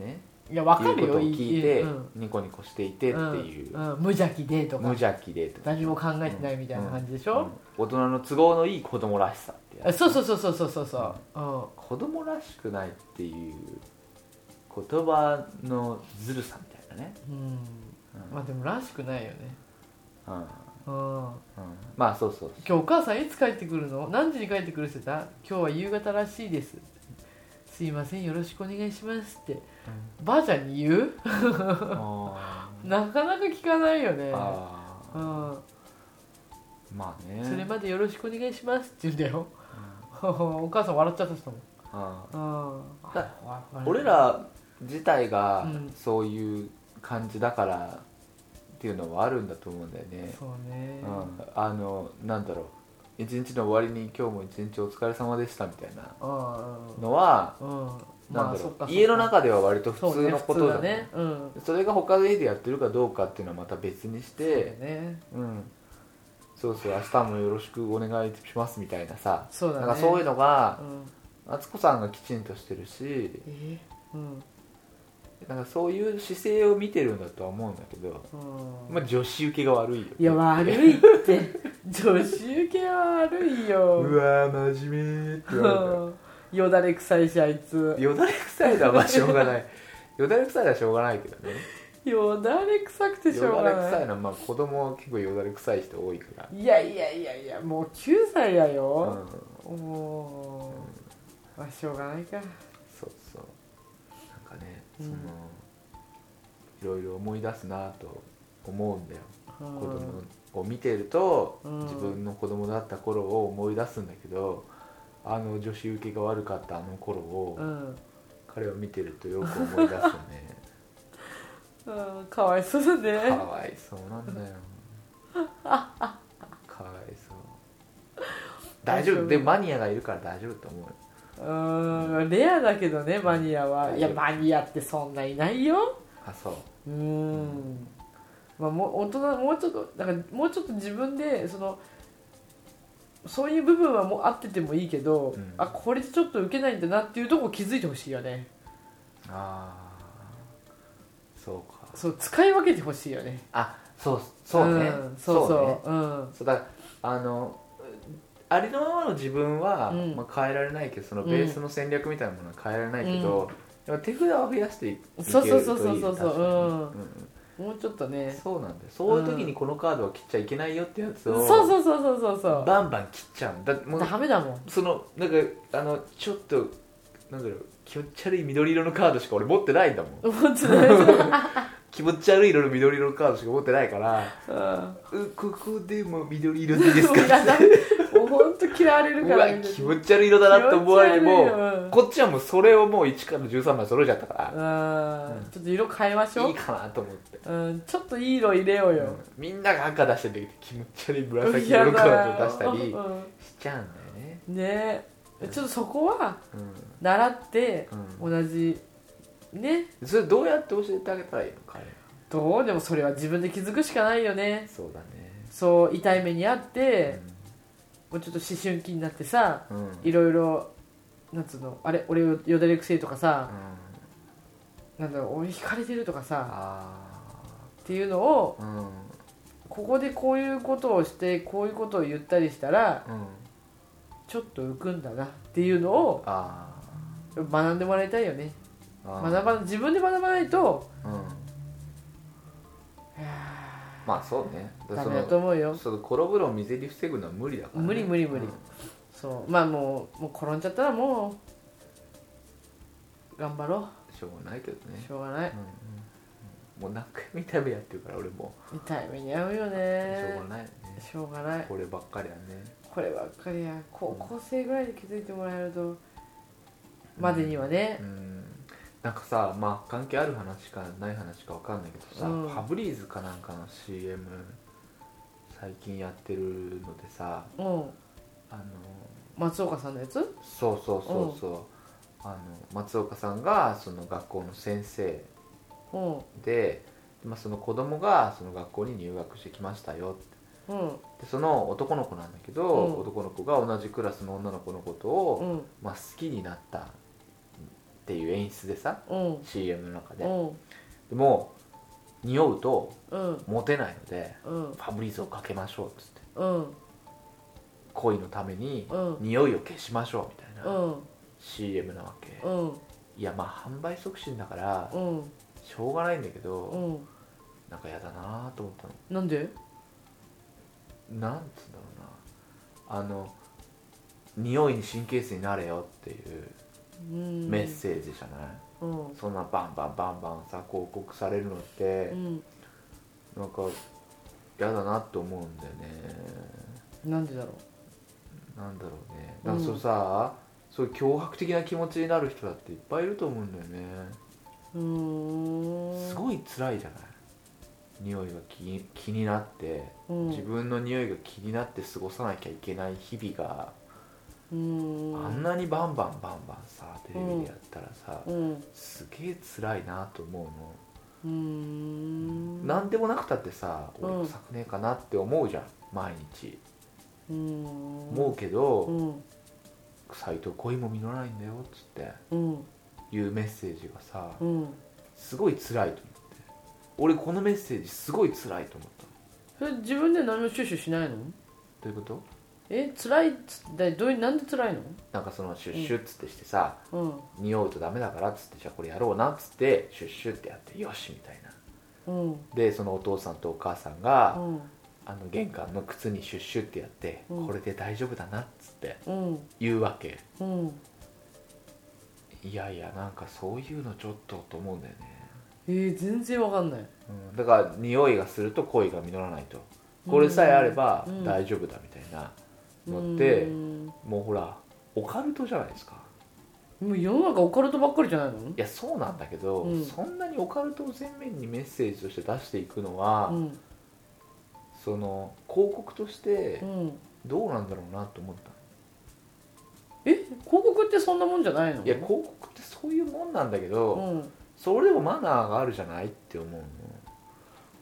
Speaker 3: ね
Speaker 4: いやわか
Speaker 3: 言う
Speaker 4: る
Speaker 3: こと
Speaker 4: よ
Speaker 3: を聞いて、
Speaker 4: うん
Speaker 3: ニコニコしていてっていう、
Speaker 4: うんうん無邪気でと
Speaker 3: 無
Speaker 4: か
Speaker 3: 邪気でとか
Speaker 4: 何も考えてないみたいな感じでし
Speaker 3: う
Speaker 4: ょ、
Speaker 3: ん大人の都合のいい子供らしさって
Speaker 4: あ
Speaker 3: やつ
Speaker 4: そうそうそうそうそうそうそう
Speaker 3: 子供らしくないっていう言葉のずるさみたいなね、
Speaker 4: うん、うん、
Speaker 3: うん
Speaker 4: まあでもらしくないよね
Speaker 3: うんうん
Speaker 4: うん
Speaker 3: まあそうそう
Speaker 4: 今日お母さんいつ帰ってくるの何時に帰ってくるって言ってた今日は夕方らしいですすいませんよろしくお願いしますってばあちゃんに言う
Speaker 3: そう、あー
Speaker 4: なかなか聞かないよね
Speaker 3: あ
Speaker 4: う
Speaker 3: ー
Speaker 4: ん
Speaker 3: まあね
Speaker 4: それまでよろしくお願いしますって言うんだよ お母さん笑っちゃった人も
Speaker 3: うん
Speaker 4: うん
Speaker 3: だ
Speaker 4: わわ
Speaker 3: 俺ら自体が
Speaker 4: うん
Speaker 3: そういう感じだからっていうのはあるんだと思うんだよね、
Speaker 4: そうね
Speaker 3: うん、あのなんだろう一日の終わりに今日も一日お疲れ様でしたみたいな
Speaker 4: うんうん
Speaker 3: のは、
Speaker 4: ま
Speaker 3: な
Speaker 4: あ
Speaker 3: んだ
Speaker 4: そ
Speaker 3: ろ
Speaker 4: っ
Speaker 3: う
Speaker 4: かそっか
Speaker 3: 家の中では割と普
Speaker 4: そう
Speaker 3: 通
Speaker 4: ね
Speaker 3: のこ
Speaker 4: 普
Speaker 3: と
Speaker 4: 通
Speaker 3: だ
Speaker 4: だ
Speaker 3: ね
Speaker 4: ねうん
Speaker 3: それが他の家でやってるかどうかっていうのはまた別にし
Speaker 4: そうだ
Speaker 3: て
Speaker 4: ね
Speaker 3: うん、そうそう明日もよろしくお願いしますみたいなさ
Speaker 4: そうだね
Speaker 3: なんかそういうのが
Speaker 4: うん
Speaker 3: 敦子さんがきちんとしてるし
Speaker 4: えうん
Speaker 3: なんかそういう姿勢を見てるんだとは思うんだけど、
Speaker 4: うん
Speaker 3: まあ、女子受けが悪いよ
Speaker 4: いや悪いって 女子受けは悪いうよ
Speaker 3: わー真面目って言わ
Speaker 4: うんよだれ臭いしあい
Speaker 3: れ
Speaker 4: つ
Speaker 3: たよだれ臭いのはまあしょうがないよだれ臭いのはしょうがないけどね
Speaker 4: よだれ臭くてしょう
Speaker 3: よ
Speaker 4: が
Speaker 3: だ
Speaker 4: な
Speaker 3: れ
Speaker 4: い
Speaker 3: 臭いのはまあ子供は結構よだれ臭い人多いから、
Speaker 4: いやいやいやいやもう9歳や
Speaker 3: うん、
Speaker 4: よ、もう、まあ、しょうがないか
Speaker 3: そうそう
Speaker 4: うん
Speaker 3: そのいろいろ思い出すなと思うんだよ、子供を見てると、
Speaker 4: うん
Speaker 3: 自分の子供だった頃を思い出すんだけどあの女子受けが悪かったあの頃を、
Speaker 4: うん、
Speaker 3: 彼を見てるとよく思い出すよね
Speaker 4: うん、かわいそうだね
Speaker 3: かわいそうなん だよかわいそう大丈
Speaker 4: 大丈
Speaker 3: 夫
Speaker 4: 夫
Speaker 3: でもマニアがいるから大丈夫と思うよ
Speaker 4: うんレアだけどねマニアは
Speaker 3: はい
Speaker 4: いやマニアってそんないないよ
Speaker 3: あそう
Speaker 4: うん、まあ、もう大人もうちょっとなんかもうちょっと自分でそのそういう部分はもう合っててもいいけど、
Speaker 3: うん
Speaker 4: あこれちょっと受けないんだなっていうとこ気づいてほしいよね
Speaker 3: ああそうか
Speaker 4: そう使い分けてほしいよね
Speaker 3: あそうそうね、
Speaker 4: んそうそう
Speaker 3: そうね
Speaker 4: うん
Speaker 3: そうだからあのありのままの自分は、
Speaker 4: うん
Speaker 3: まあ、変えられないけどそのベースの戦略みたいなものは変えられないけど、でも手札を増やしていけるといい
Speaker 4: そうそうそうそうそう
Speaker 3: 確かに
Speaker 4: うん
Speaker 3: ん
Speaker 4: もうちょっとね
Speaker 3: そうなんだよそういう時にこのカードは切っちゃいけないよってやつ
Speaker 4: そう
Speaker 3: を、
Speaker 4: そうそうそうそうそ
Speaker 3: バンバン切っちゃうんだも
Speaker 4: う
Speaker 3: う
Speaker 4: ダメだもん
Speaker 3: そのなんかあのちょっとなんだろう気持ち悪い緑色のカードしか俺持ってないんだもん
Speaker 4: 思ってないうん
Speaker 3: 気持ち悪い色の緑色のカードしか持ってないからうここでも緑色でいいですか
Speaker 4: もうやだもう本当嫌われる
Speaker 3: う
Speaker 4: から
Speaker 3: わ
Speaker 4: みんな
Speaker 3: 気持ち悪い色だなって思われて
Speaker 4: 気持ち悪いよう
Speaker 3: も
Speaker 4: ん
Speaker 3: こっちはもうそれをもう1から13枚揃えちゃったか
Speaker 4: うんちょっと色変えまし
Speaker 3: ら
Speaker 4: ょ
Speaker 3: いういかなと思って、
Speaker 4: うん、ちょっといい色入れようよ、
Speaker 3: みんなが赤出してる時気持ち悪い
Speaker 4: うん、
Speaker 3: 紫色のカード出したり
Speaker 4: う
Speaker 3: し
Speaker 4: ん
Speaker 3: ちゃうんだよね
Speaker 4: ねえちょっとそこは
Speaker 3: う
Speaker 4: 習って
Speaker 3: う
Speaker 4: 同じね
Speaker 3: んそれどうやって教えてあげたらいいの彼
Speaker 4: どうでもそれは自分で気づくしかないよね
Speaker 3: そうだね
Speaker 4: そう痛い目にあって、もうちょっと思春期になってさ
Speaker 3: うんうん
Speaker 4: いろいろなんつうのあれ俺よよだれくせえとかさ、なんだろう俺惹かれてるとかさ
Speaker 3: あ
Speaker 4: っていうのを
Speaker 3: ーうん
Speaker 4: ここでこういうことをしてこういうことを言ったりしたら
Speaker 3: うん
Speaker 4: ちょっと浮くんだなっていうのを
Speaker 3: あ
Speaker 4: 学んでもらいたいよね
Speaker 3: ーあー
Speaker 4: 学ば自分で学ばないと
Speaker 3: うんまあそうね
Speaker 4: ダ
Speaker 3: そ
Speaker 4: メだと
Speaker 3: の
Speaker 4: 思うよ
Speaker 3: その転ぶのを水に防ぐのは無理だからね、
Speaker 4: 無理無理無理
Speaker 3: うん
Speaker 4: そうまあもうもう転んじゃったらもう頑張ろ
Speaker 3: しょうがないけど
Speaker 4: う
Speaker 3: ね
Speaker 4: しょうがない
Speaker 3: もう何回も痛い目やってるから俺も
Speaker 4: 痛い目に遭うよ
Speaker 3: し
Speaker 4: ね
Speaker 3: ょうがないよね
Speaker 4: しょうがない
Speaker 3: こればっかりはね
Speaker 4: こればっかりや高校生ぐらいで気づいてもらえるとまでにはね
Speaker 3: うんなんかさまあ関係ある話かない話かわかんないけどさ、
Speaker 4: う
Speaker 3: フ
Speaker 4: ん
Speaker 3: ァブリーズかなんかの CM 最近やってるのでさ
Speaker 4: うん
Speaker 3: あの
Speaker 4: 松岡さんのやつ
Speaker 3: そうそうそうそう、あの松岡さんがその学校の先生
Speaker 4: うん
Speaker 3: で、まあ、その子供がその学校に入学してきましたよって
Speaker 4: うん
Speaker 3: でその男の子なんだけど、
Speaker 4: うん
Speaker 3: 男の子が同じクラスの女の子のことを、
Speaker 4: うん
Speaker 3: まあ、好きになったっていう演出でさ
Speaker 4: うん
Speaker 3: CM の中で、
Speaker 4: うん
Speaker 3: でも匂うと
Speaker 4: うん
Speaker 3: モテないので
Speaker 4: うん
Speaker 3: ファブリーズをかけましょうっつって
Speaker 4: うん
Speaker 3: 恋のために
Speaker 4: うん
Speaker 3: 匂いを消しましょうみたいうな、
Speaker 4: ん
Speaker 3: CM なわけ、
Speaker 4: うん
Speaker 3: いやまあ販売促進だから
Speaker 4: うん
Speaker 3: しょうがないんだけど、
Speaker 4: うん
Speaker 3: なんかやだなと思ったの
Speaker 4: なんで
Speaker 3: なんつうんだろうなあの匂いに神経質になれよっていうメ
Speaker 4: メ
Speaker 3: ッセージじゃない、
Speaker 4: うん
Speaker 3: そんなバンバンバンバンさ広告されるのって、
Speaker 4: うん
Speaker 3: なんか嫌だなって思うんだよね
Speaker 4: なんでだろ
Speaker 3: なんだろうねだか
Speaker 4: う
Speaker 3: ら
Speaker 4: ん
Speaker 3: そのさ、そういう脅迫的な気持ちになる人だっていっぱいいると思うんだよね
Speaker 4: ううーん
Speaker 3: すごい辛いじゃない匂いが気に気になって、
Speaker 4: うん
Speaker 3: 自分の匂いが気になって過ごさなきゃいけない日々が、
Speaker 4: うーん
Speaker 3: あんなにバンバンバンバンさテレビでやったらさ、
Speaker 4: うんう
Speaker 3: すげえ辛いなと思うの、
Speaker 4: ーん
Speaker 3: なんでもなくたってさ
Speaker 4: うん
Speaker 3: 俺臭くねえかなって思うじゃん毎日
Speaker 4: うーん
Speaker 3: 思うけど、
Speaker 4: うん
Speaker 3: サイト恋も実らないんだよっつって
Speaker 4: うん
Speaker 3: いうメッセージがさ
Speaker 4: うん
Speaker 3: すごい辛いと思って俺このメッセージすごい辛いと思ったの
Speaker 4: それ自分で何も収集しない
Speaker 3: ど
Speaker 4: の
Speaker 3: ういうこと
Speaker 4: え辛いっつってどういうなんで辛いの
Speaker 3: なんかそのシュッシュッつってしてさ、
Speaker 4: うん
Speaker 3: 匂うとダメだからっつってじゃあこれやろうなっつってシュッシュッってやってよしみたいな
Speaker 4: うん
Speaker 3: でそのお父さんとお母さんが、
Speaker 4: うん
Speaker 3: あの玄関の靴にシュッシュッってやって、
Speaker 4: うん
Speaker 3: これで大丈夫だなっつって
Speaker 4: うん
Speaker 3: 言うわけ
Speaker 4: うん
Speaker 3: いやいやなんかそういうのちょっとと思うんだよね、
Speaker 4: えー、全然わかんない
Speaker 3: うん、だから匂いがすると恋が実らないとこれさえあれば
Speaker 4: うん
Speaker 3: 大丈夫だみたいなのって、
Speaker 4: うん
Speaker 3: もうほらオカルトじゃないですか
Speaker 4: もう世の中オカルトばっかりじゃないの
Speaker 3: いやそうなんだけど、
Speaker 4: うん
Speaker 3: そんなにオカルトを全面にメッセージとして出していくのは、
Speaker 4: うん
Speaker 3: その広告として
Speaker 4: うん
Speaker 3: どうなんだろうなと思った、
Speaker 4: え広告ってそんなもんじゃないの
Speaker 3: いや広告ってそういうもんなんだけ
Speaker 4: う
Speaker 3: ど、
Speaker 4: ん
Speaker 3: それでもマナーがあるじゃないって思うの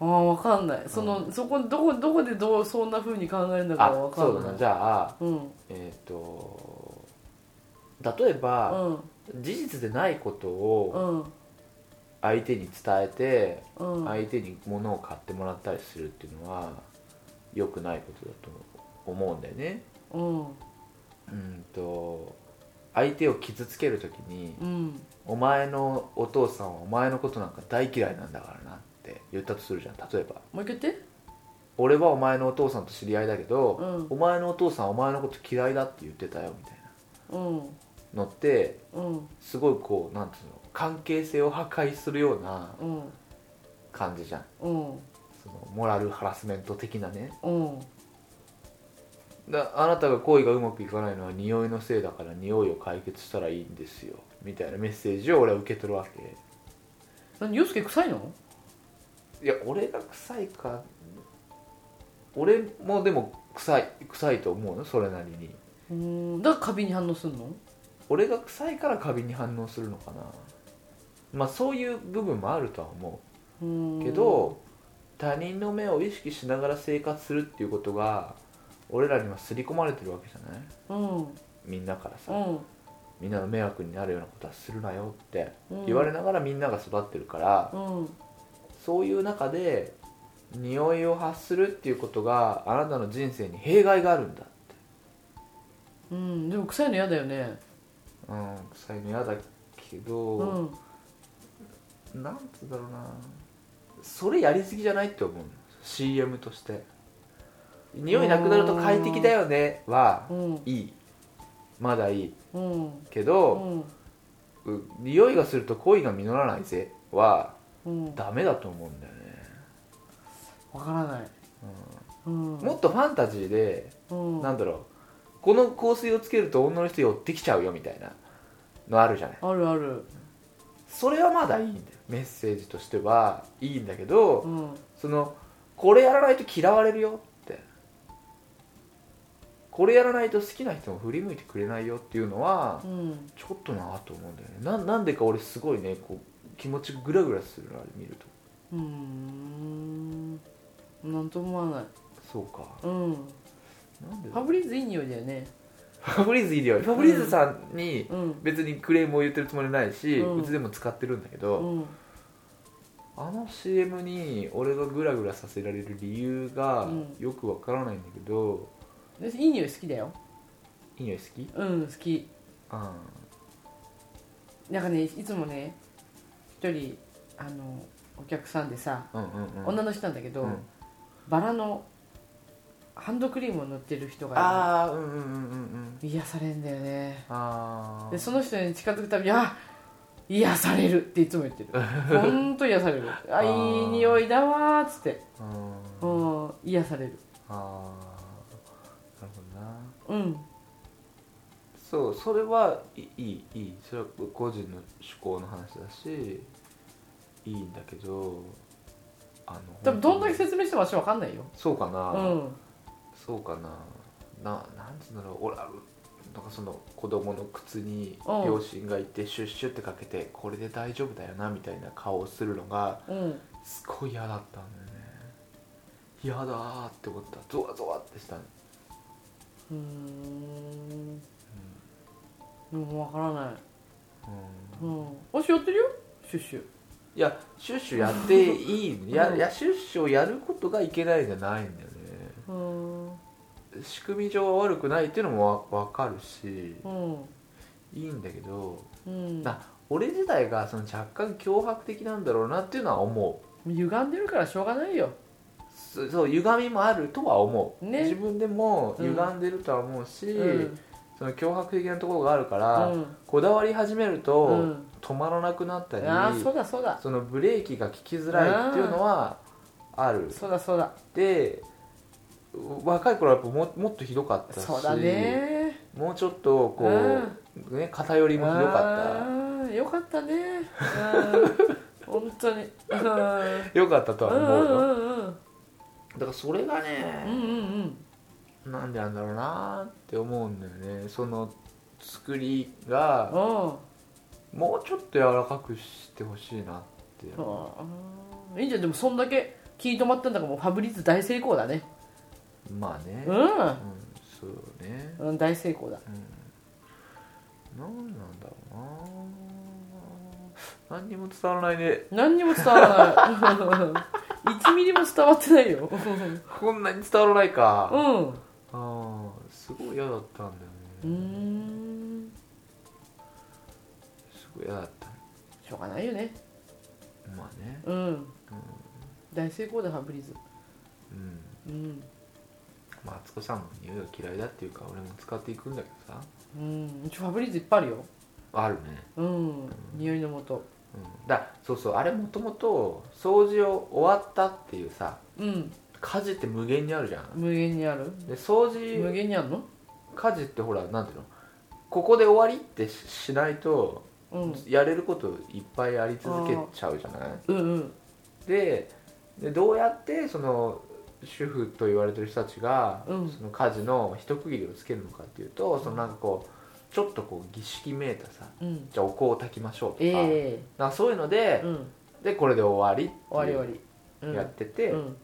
Speaker 4: ああわかんないその、そこどこどこでどうそんな風に考えるんだか
Speaker 3: あ
Speaker 4: わか
Speaker 3: そうんだ
Speaker 4: ない
Speaker 3: なじゃあ
Speaker 4: うん
Speaker 3: えっ、と例え
Speaker 4: う
Speaker 3: ば、
Speaker 4: ん
Speaker 3: 事実でないこと
Speaker 4: う
Speaker 3: を
Speaker 4: ん
Speaker 3: 相手に伝えて、
Speaker 4: うん
Speaker 3: 相手に物を買ってもらったりするっていうのは良くないことだと思うんだよね
Speaker 4: うん
Speaker 3: うんと相手を傷つける時に
Speaker 4: うん
Speaker 3: 「お前のお父さんはお前のことなんか大嫌いなんだからな」って言ったとするじゃん例えば
Speaker 4: もう一回言って
Speaker 3: 「俺はお前のお父さんと知り合いだけど、
Speaker 4: うん
Speaker 3: お前のお父さんはお前のこと嫌いだって言ってたよ」みたい
Speaker 4: うん
Speaker 3: なのって
Speaker 4: うん
Speaker 3: すごいこうなんていうの関係性を破壊するような
Speaker 4: うん
Speaker 3: 感じじゃん
Speaker 4: うん
Speaker 3: そのモラルハラスメント的なね
Speaker 4: うん
Speaker 3: だあなたが恋がうまくいかないのは匂いのせいだから匂いを解決したらいいんですよみたいなメッセージを俺は受け取るわけ
Speaker 4: 何ユースケ臭いの
Speaker 3: いや俺が臭いか俺もでも臭い臭いと思うのそれなりに
Speaker 4: うんだからカビに反応するの
Speaker 3: 俺が臭いからカビに反応するのかなまあそういう部分もあるとは思
Speaker 4: うん
Speaker 3: うけど他人の目を意識しながら生活するっていうことが俺らには刷り込まれてるわけじゃない
Speaker 4: うん
Speaker 3: みんなからさ、
Speaker 4: うん
Speaker 3: みんなの迷惑になるようなことはするなよって
Speaker 4: うん
Speaker 3: 言われながらみんなが育ってるから、
Speaker 4: うん
Speaker 3: そういう中で匂いを発するっていうことがあなたの人生に弊害があるんだって、
Speaker 4: うんでも臭いの嫌だよね
Speaker 3: うん、臭いの嫌だけ
Speaker 4: う
Speaker 3: ど、
Speaker 4: ん
Speaker 3: なんつうんだろうなそれやりすぎじゃないって思うの CM として匂いなくなると快適だよねは
Speaker 4: うん
Speaker 3: いいまだいい
Speaker 4: うん
Speaker 3: け
Speaker 4: う
Speaker 3: ど、
Speaker 4: ん
Speaker 3: う匂いがすると恋が実らないぜは
Speaker 4: うん
Speaker 3: ダメだと思うんだよね、
Speaker 4: わからないうん
Speaker 3: もっとファンタジーで
Speaker 4: うん
Speaker 3: なんだろうこの香水をつけると女の人寄ってきちゃうよみたいなのあるじゃない
Speaker 4: あるある
Speaker 3: それはまだいいんだよメッセージとしてはいいんだけ
Speaker 4: う
Speaker 3: ど
Speaker 4: ん
Speaker 3: そのこれやらないと嫌われるよってこれやらないと好きな人も振り向いてくれないよっていうのは
Speaker 4: うん
Speaker 3: ちょっとなぁと思うんだよねななんでか俺すごいねこう気持ちグラグラするのあれ見ると
Speaker 4: うーんなんとも思わない
Speaker 3: そうか
Speaker 4: うん
Speaker 3: なんで
Speaker 4: ファブリーズいい匂いだよね
Speaker 3: ファブリーズいるよファブリーズさんに、
Speaker 4: うん
Speaker 3: 別にクレームを言ってるつもりないし、
Speaker 4: うん
Speaker 3: うちでも使ってるんだけ
Speaker 4: う
Speaker 3: ど、
Speaker 4: ん
Speaker 3: あの CM に俺がグラグラさせられる理由が
Speaker 4: うん
Speaker 3: よくわからないんだけど、
Speaker 4: 私いい匂い好きだよ
Speaker 3: いい匂い好き
Speaker 4: うん好き
Speaker 3: あ
Speaker 4: なんかねいつもね一人あのお客さんでさ
Speaker 3: あうんうんうん
Speaker 4: 女の人なんだけど、
Speaker 3: うん
Speaker 4: バラのハンドクリームを塗ってる人が
Speaker 3: ああうんうんうんうんうん
Speaker 4: いる癒されんだよね
Speaker 3: ああ
Speaker 4: でその人に近づくたびに「あ癒される」っていつも言ってるほんと癒される「あ
Speaker 3: あ
Speaker 4: い
Speaker 3: ー
Speaker 4: い匂いだわ」っつって
Speaker 3: うん
Speaker 4: うん癒される
Speaker 3: ああなるほどな
Speaker 4: うん
Speaker 3: そうそれはいいいいいいそれは個人の趣向の話だしいいんだけどあの
Speaker 4: でもどんだけ説明しても私わかんないよ
Speaker 3: そうかな、
Speaker 4: うん
Speaker 3: そうかなななんつうんだろう俺あなんかその子供の靴に
Speaker 4: うん
Speaker 3: 両親がいてシュッシュってかけてこれで大丈夫だよなみたいな顔をするのが
Speaker 4: うん
Speaker 3: すごい嫌だったんだよね嫌だーって思ったゾワゾワってしたの
Speaker 4: うーんもうわからない
Speaker 3: うん
Speaker 4: うん私やってるよシュッシュ
Speaker 3: いやシュッシュやっていいや
Speaker 4: うん
Speaker 3: いやシュッシュをやることがいけないんじゃないんだよね
Speaker 4: うん
Speaker 3: 仕組み上は悪くないっていうのもわ分かるし
Speaker 4: うん
Speaker 3: いいんだけど
Speaker 4: うん
Speaker 3: な俺自体がその若干脅迫的なんだろうなっていうのは思う
Speaker 4: 歪んでるからしょうがないよ
Speaker 3: そそう歪みもあるとは思う、
Speaker 4: ね
Speaker 3: 自分でも
Speaker 4: うん
Speaker 3: 歪んでるとは思うし、
Speaker 4: うん
Speaker 3: その脅迫的なところがあるから、
Speaker 4: うん
Speaker 3: こだわり始めると、
Speaker 4: うん
Speaker 3: 止まらなくなったり
Speaker 4: ああそうだそうだ
Speaker 3: そのブレーキが効きづらいっていうのはある
Speaker 4: そうだそうだ
Speaker 3: で若い頃はやっぱももっとひどかったし
Speaker 4: そうだね
Speaker 3: もうちょっとこう、ね、偏りもひどかっ
Speaker 4: ったよかったねうん本当にうん
Speaker 3: たよかったとは
Speaker 4: う
Speaker 3: 思うよ、
Speaker 4: んうんうん
Speaker 3: だからそれが
Speaker 4: うん
Speaker 3: ね、
Speaker 4: うんうん
Speaker 3: なんでなんだろうなって思うんだよねその作りが、
Speaker 4: うん
Speaker 3: もうちょっと柔らかくしてほしいなって
Speaker 4: うんいいじゃんでもそんだけ気に留まったんだからもうファブリーズ大成功だね
Speaker 3: まあね、
Speaker 4: う
Speaker 3: うん、
Speaker 4: ん、
Speaker 3: そうね
Speaker 4: うん、大成功だ
Speaker 3: 何なんだろうな何にも伝わらないね
Speaker 4: 何にも伝わらない1ミリも伝わってないよ
Speaker 3: こんなに伝わらないか、
Speaker 4: う
Speaker 3: あ
Speaker 4: んう
Speaker 3: あすごい嫌だったんだよ
Speaker 4: ー
Speaker 3: ね、
Speaker 4: ん
Speaker 3: すごい嫌だった
Speaker 4: しょうがないよね
Speaker 3: まあね
Speaker 4: うん大成功だファブリーズ
Speaker 3: うん
Speaker 4: うん、
Speaker 3: まあ敦子さんも匂いが嫌いだっていうか俺も使っていくんだけどさ
Speaker 4: うん、うちファブリーズいっぱいあるよ
Speaker 3: あるね、
Speaker 4: うん匂いのもと
Speaker 3: うん、だそうそうあれもともと掃除を終わったっていうさ
Speaker 4: うん
Speaker 3: 家事って無限にあるじゃん
Speaker 4: 無限にある
Speaker 3: で掃
Speaker 4: 無
Speaker 3: 除
Speaker 4: 限にあるの
Speaker 3: 家事ってほらなんていうのここで終わりってししないと
Speaker 4: うん
Speaker 3: やれることいっぱいあり続けちゃうじゃない
Speaker 4: うんうん
Speaker 3: ででどうやってその主婦と言われてる人たちが、
Speaker 4: うん
Speaker 3: その家事の一区切りをつけるのかっていうとそのなんかこうちょっとこう儀式めいたさ
Speaker 4: うん
Speaker 3: じゃあお香を炊きましょうとか,、
Speaker 4: え
Speaker 3: なんかそういうの
Speaker 4: え
Speaker 3: で、
Speaker 4: うん
Speaker 3: でこれで終わりっていう
Speaker 4: 終わり終
Speaker 3: や
Speaker 4: わ
Speaker 3: ってて、
Speaker 4: りうん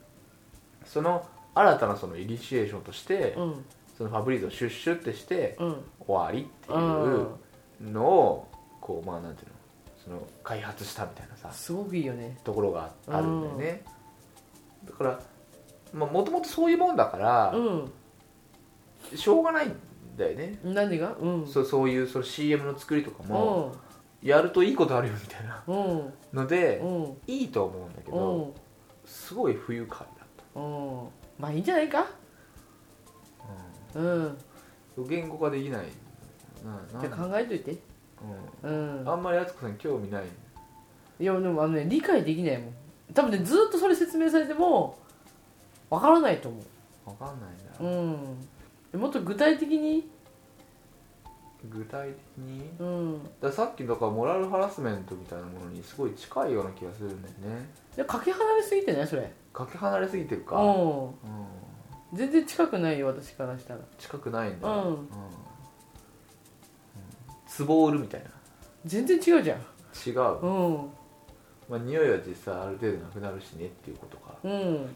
Speaker 3: その新たなそのイニシエーションとして、
Speaker 4: うんうん
Speaker 3: そのファブリーズをシュッシュってして
Speaker 4: うん
Speaker 3: 終わりっていううんのをこうまあなんていうのその開発したみたいなさ
Speaker 4: すごくいいよね
Speaker 3: ところがああるんだよね、だからもともとそういうもんだから、
Speaker 4: う
Speaker 3: しょうがないんだよね、
Speaker 4: ん何がうん
Speaker 3: そそういうその CM の作りとかも、
Speaker 4: う
Speaker 3: やるといいことあるよみたいなん
Speaker 4: うん
Speaker 3: ので
Speaker 4: う、ん
Speaker 3: いいと思うんだけ
Speaker 4: う
Speaker 3: ど、
Speaker 4: ん
Speaker 3: すごい不愉快だっ
Speaker 4: うんまあいいんじゃないかうん
Speaker 3: た言語化できないなな
Speaker 4: じゃあ考えといてう
Speaker 3: うんん、あんまり敦子さん興味ない
Speaker 4: いやでもあのね理解できないもん多分ねずっとそれ説明されてもわからないと思
Speaker 3: わかんないな、
Speaker 4: ううんもっと具体的に
Speaker 3: 具体的に
Speaker 4: うん
Speaker 3: だからさっきのだからモラルハラスメントみたいなものにすごい近いような気がするんだよね
Speaker 4: いやかけ離れすぎてないそれ
Speaker 3: かけ離れすぎてるか、
Speaker 4: うん
Speaker 3: うん
Speaker 4: 全然近くないよ私からしたら
Speaker 3: 近くないんだ、
Speaker 4: うん
Speaker 3: うん壺を売るみたいな
Speaker 4: 全然違うじゃん
Speaker 3: 違う、ま
Speaker 4: うん
Speaker 3: あ、匂いは実際ある程度なくなるしねっていうことか
Speaker 4: うん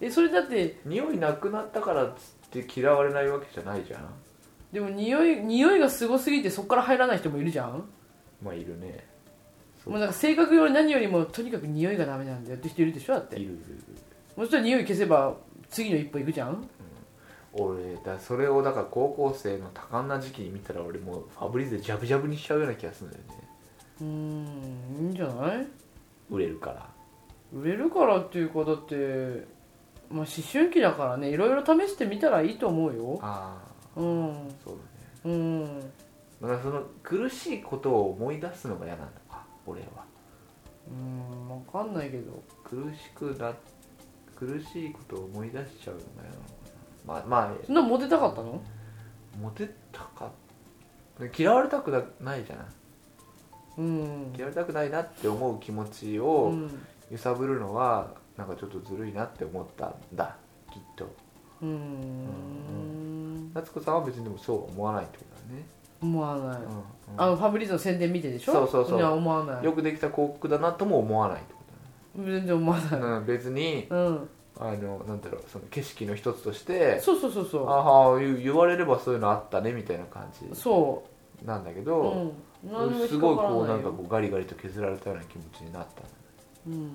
Speaker 4: えそれだって
Speaker 3: 匂いなくなったからっつって嫌われないわけじゃないじゃん
Speaker 4: でも匂い匂いがすごすぎてそこから入らない人もいるじゃん
Speaker 3: まあいるねそう
Speaker 4: もうなんか性格より何よりもとにかく匂いがダメなんだよって人いるでしょだっ
Speaker 3: いるい
Speaker 4: て
Speaker 3: るいる
Speaker 4: もうちょっと匂い消せば次の一歩行くじゃん
Speaker 3: 俺だそれをだから高校生の多感な時期に見たら俺もうファブリーズでジャブジャブにしちゃうような気がするんだよね
Speaker 4: うーんいいんじゃない
Speaker 3: 売れるから
Speaker 4: 売れるからっていうかだって、まあ、思春期だからねいろいろ試してみたらいいと思うよ
Speaker 3: あ
Speaker 4: うん
Speaker 3: あそうだね
Speaker 4: うん
Speaker 3: だからその苦しいことを思い出すのが嫌なのか俺は
Speaker 4: うん分かんないけど
Speaker 3: 苦しくな苦しいことを思い出しちゃうのが嫌なのかなまあま
Speaker 4: そんなモテたかったの
Speaker 3: あモテたか嫌われたくなないじゃない
Speaker 4: うん
Speaker 3: 嫌われたくないなって思う気持ち
Speaker 4: う
Speaker 3: を
Speaker 4: ん
Speaker 3: 揺さぶるのはなんかちょっとずるいなって思ったんだきっと
Speaker 4: うん
Speaker 3: 夏子さんは別にでもそうは思わないってことだね、
Speaker 4: 思わない
Speaker 3: うん
Speaker 4: あのファブリーズの宣伝見てでしょ
Speaker 3: そうそうそう
Speaker 4: いや思わない
Speaker 3: よくできた広告だなとも思わないってこと
Speaker 4: 全然思わな
Speaker 3: だ
Speaker 4: い
Speaker 3: ね、うん、別に
Speaker 4: うん
Speaker 3: あのなんだろうその景色の一つとして
Speaker 4: そうそうそうそ
Speaker 3: ああ言う言われればそういうのあったねみたいな感
Speaker 4: う
Speaker 3: じ
Speaker 4: そ
Speaker 3: なんだけ
Speaker 4: うう
Speaker 3: ど、
Speaker 4: ん何にも
Speaker 3: す
Speaker 4: 引っ
Speaker 3: ごい
Speaker 4: かから
Speaker 3: こう
Speaker 4: な
Speaker 3: ないんか
Speaker 4: よ
Speaker 3: こうガリガリと削られたような気持ちになった
Speaker 4: うん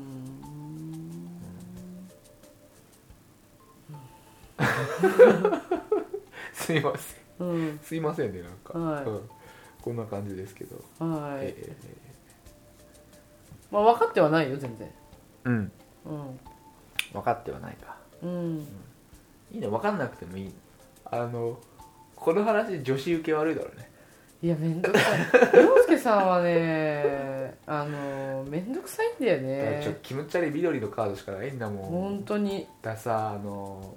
Speaker 3: すいません
Speaker 4: うん
Speaker 3: すいませんねなんか、
Speaker 4: はい
Speaker 3: うんこんな感じですけど、
Speaker 4: はい
Speaker 3: え
Speaker 4: まあ分かってはないよ全然
Speaker 3: ーうん
Speaker 4: うん
Speaker 3: 分かってはないか
Speaker 4: うん
Speaker 3: いいね分かんなくてもいいあのこの話女子受け悪いだろうね
Speaker 4: いやめんどくさい洋介さんはねあのめんどくさいんだよ
Speaker 3: だからちょ
Speaker 4: ね
Speaker 3: 気持ち悪い緑のカードしかないんだも
Speaker 4: 本
Speaker 3: ん
Speaker 4: 当に
Speaker 3: ださあの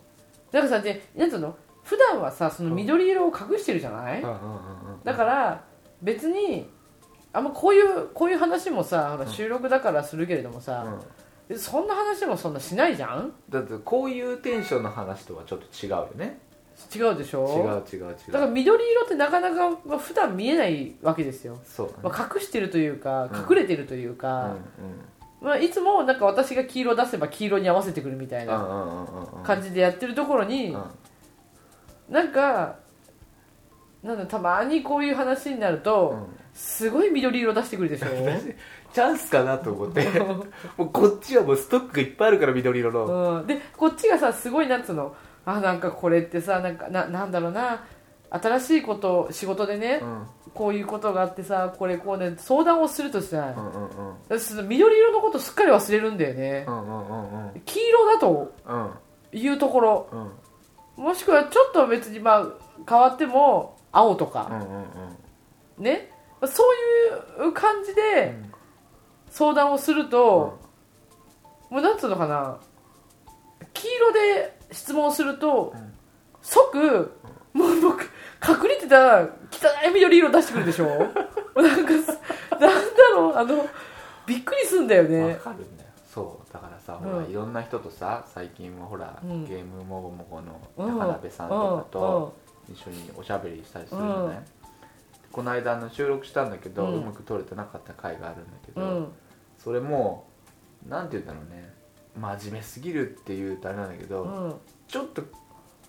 Speaker 4: だからさでなんつうの普段はさその緑色を隠してるじゃない、だからら別にあんまこういうこういう話もさ、ほ
Speaker 3: う
Speaker 4: ら
Speaker 3: ん
Speaker 4: 収録だからするけれどもさ、そんな話もそんなしないじゃん
Speaker 3: だってこういうテンションの話とはちょっと違うよね
Speaker 4: 違うでし
Speaker 3: 違う
Speaker 4: ょ
Speaker 3: 違う違
Speaker 4: だから
Speaker 3: う
Speaker 4: 緑色ってなかなかまあ普段見えないわけですよ、
Speaker 3: そうだね
Speaker 4: まあ、隠してるというか
Speaker 3: うん
Speaker 4: 隠れてるという
Speaker 3: う
Speaker 4: か、
Speaker 3: ん
Speaker 4: まあ、いつもなんか私が黄色出せば黄色に合わせてくるみたい
Speaker 3: うんう
Speaker 4: なん
Speaker 3: うんうんうん
Speaker 4: 感じでやってるところに、
Speaker 3: うん
Speaker 4: なんかなんだたまにこういう話になると、
Speaker 3: うん
Speaker 4: すごい緑色出してく るでしょ
Speaker 3: チャンスかなと思ってもうこっちはもうストックがいっぱいあるから緑色の
Speaker 4: うん、でこっちがさすごいなんつうのあなんかこれってさなんかななんだろうな新しいこと仕事でね、
Speaker 3: うん
Speaker 4: こういうことがあってさこれこうね相談をするとし
Speaker 3: う
Speaker 4: た
Speaker 3: んうんうん
Speaker 4: 緑色のことすっかり忘れるんだよね
Speaker 3: う、んうんうんうん
Speaker 4: 黄色だと
Speaker 3: うん
Speaker 4: いうところ
Speaker 3: うん
Speaker 4: もしくはちょっと別にまあ変わっても青と
Speaker 3: う
Speaker 4: か、
Speaker 3: んうんうん
Speaker 4: ねそういう感じで
Speaker 3: うん
Speaker 4: 相談をすると、もうなんつうのかな黄色で質問すると、
Speaker 3: うん
Speaker 4: 即もう僕隠れてた汚い緑色出してく るでしょもうなんかすなんだろうあのびっくりすんだよ
Speaker 3: わ
Speaker 4: ね
Speaker 3: かるんだよそうだからさ、
Speaker 4: うん
Speaker 3: ほらいろんな人とさ最近はほら、
Speaker 4: うん
Speaker 3: ゲームもごもごの
Speaker 4: うん
Speaker 3: 高鍋さんとかと一緒におしゃべりしたりするのね、この間あの収録したんだけど、
Speaker 4: う
Speaker 3: うんまく撮れてなかった回があるんだけど、
Speaker 4: うんうん
Speaker 3: それもなんて言うんだろうね真面目すぎるっていうとあれなんだけど、
Speaker 4: うん
Speaker 3: ちょっと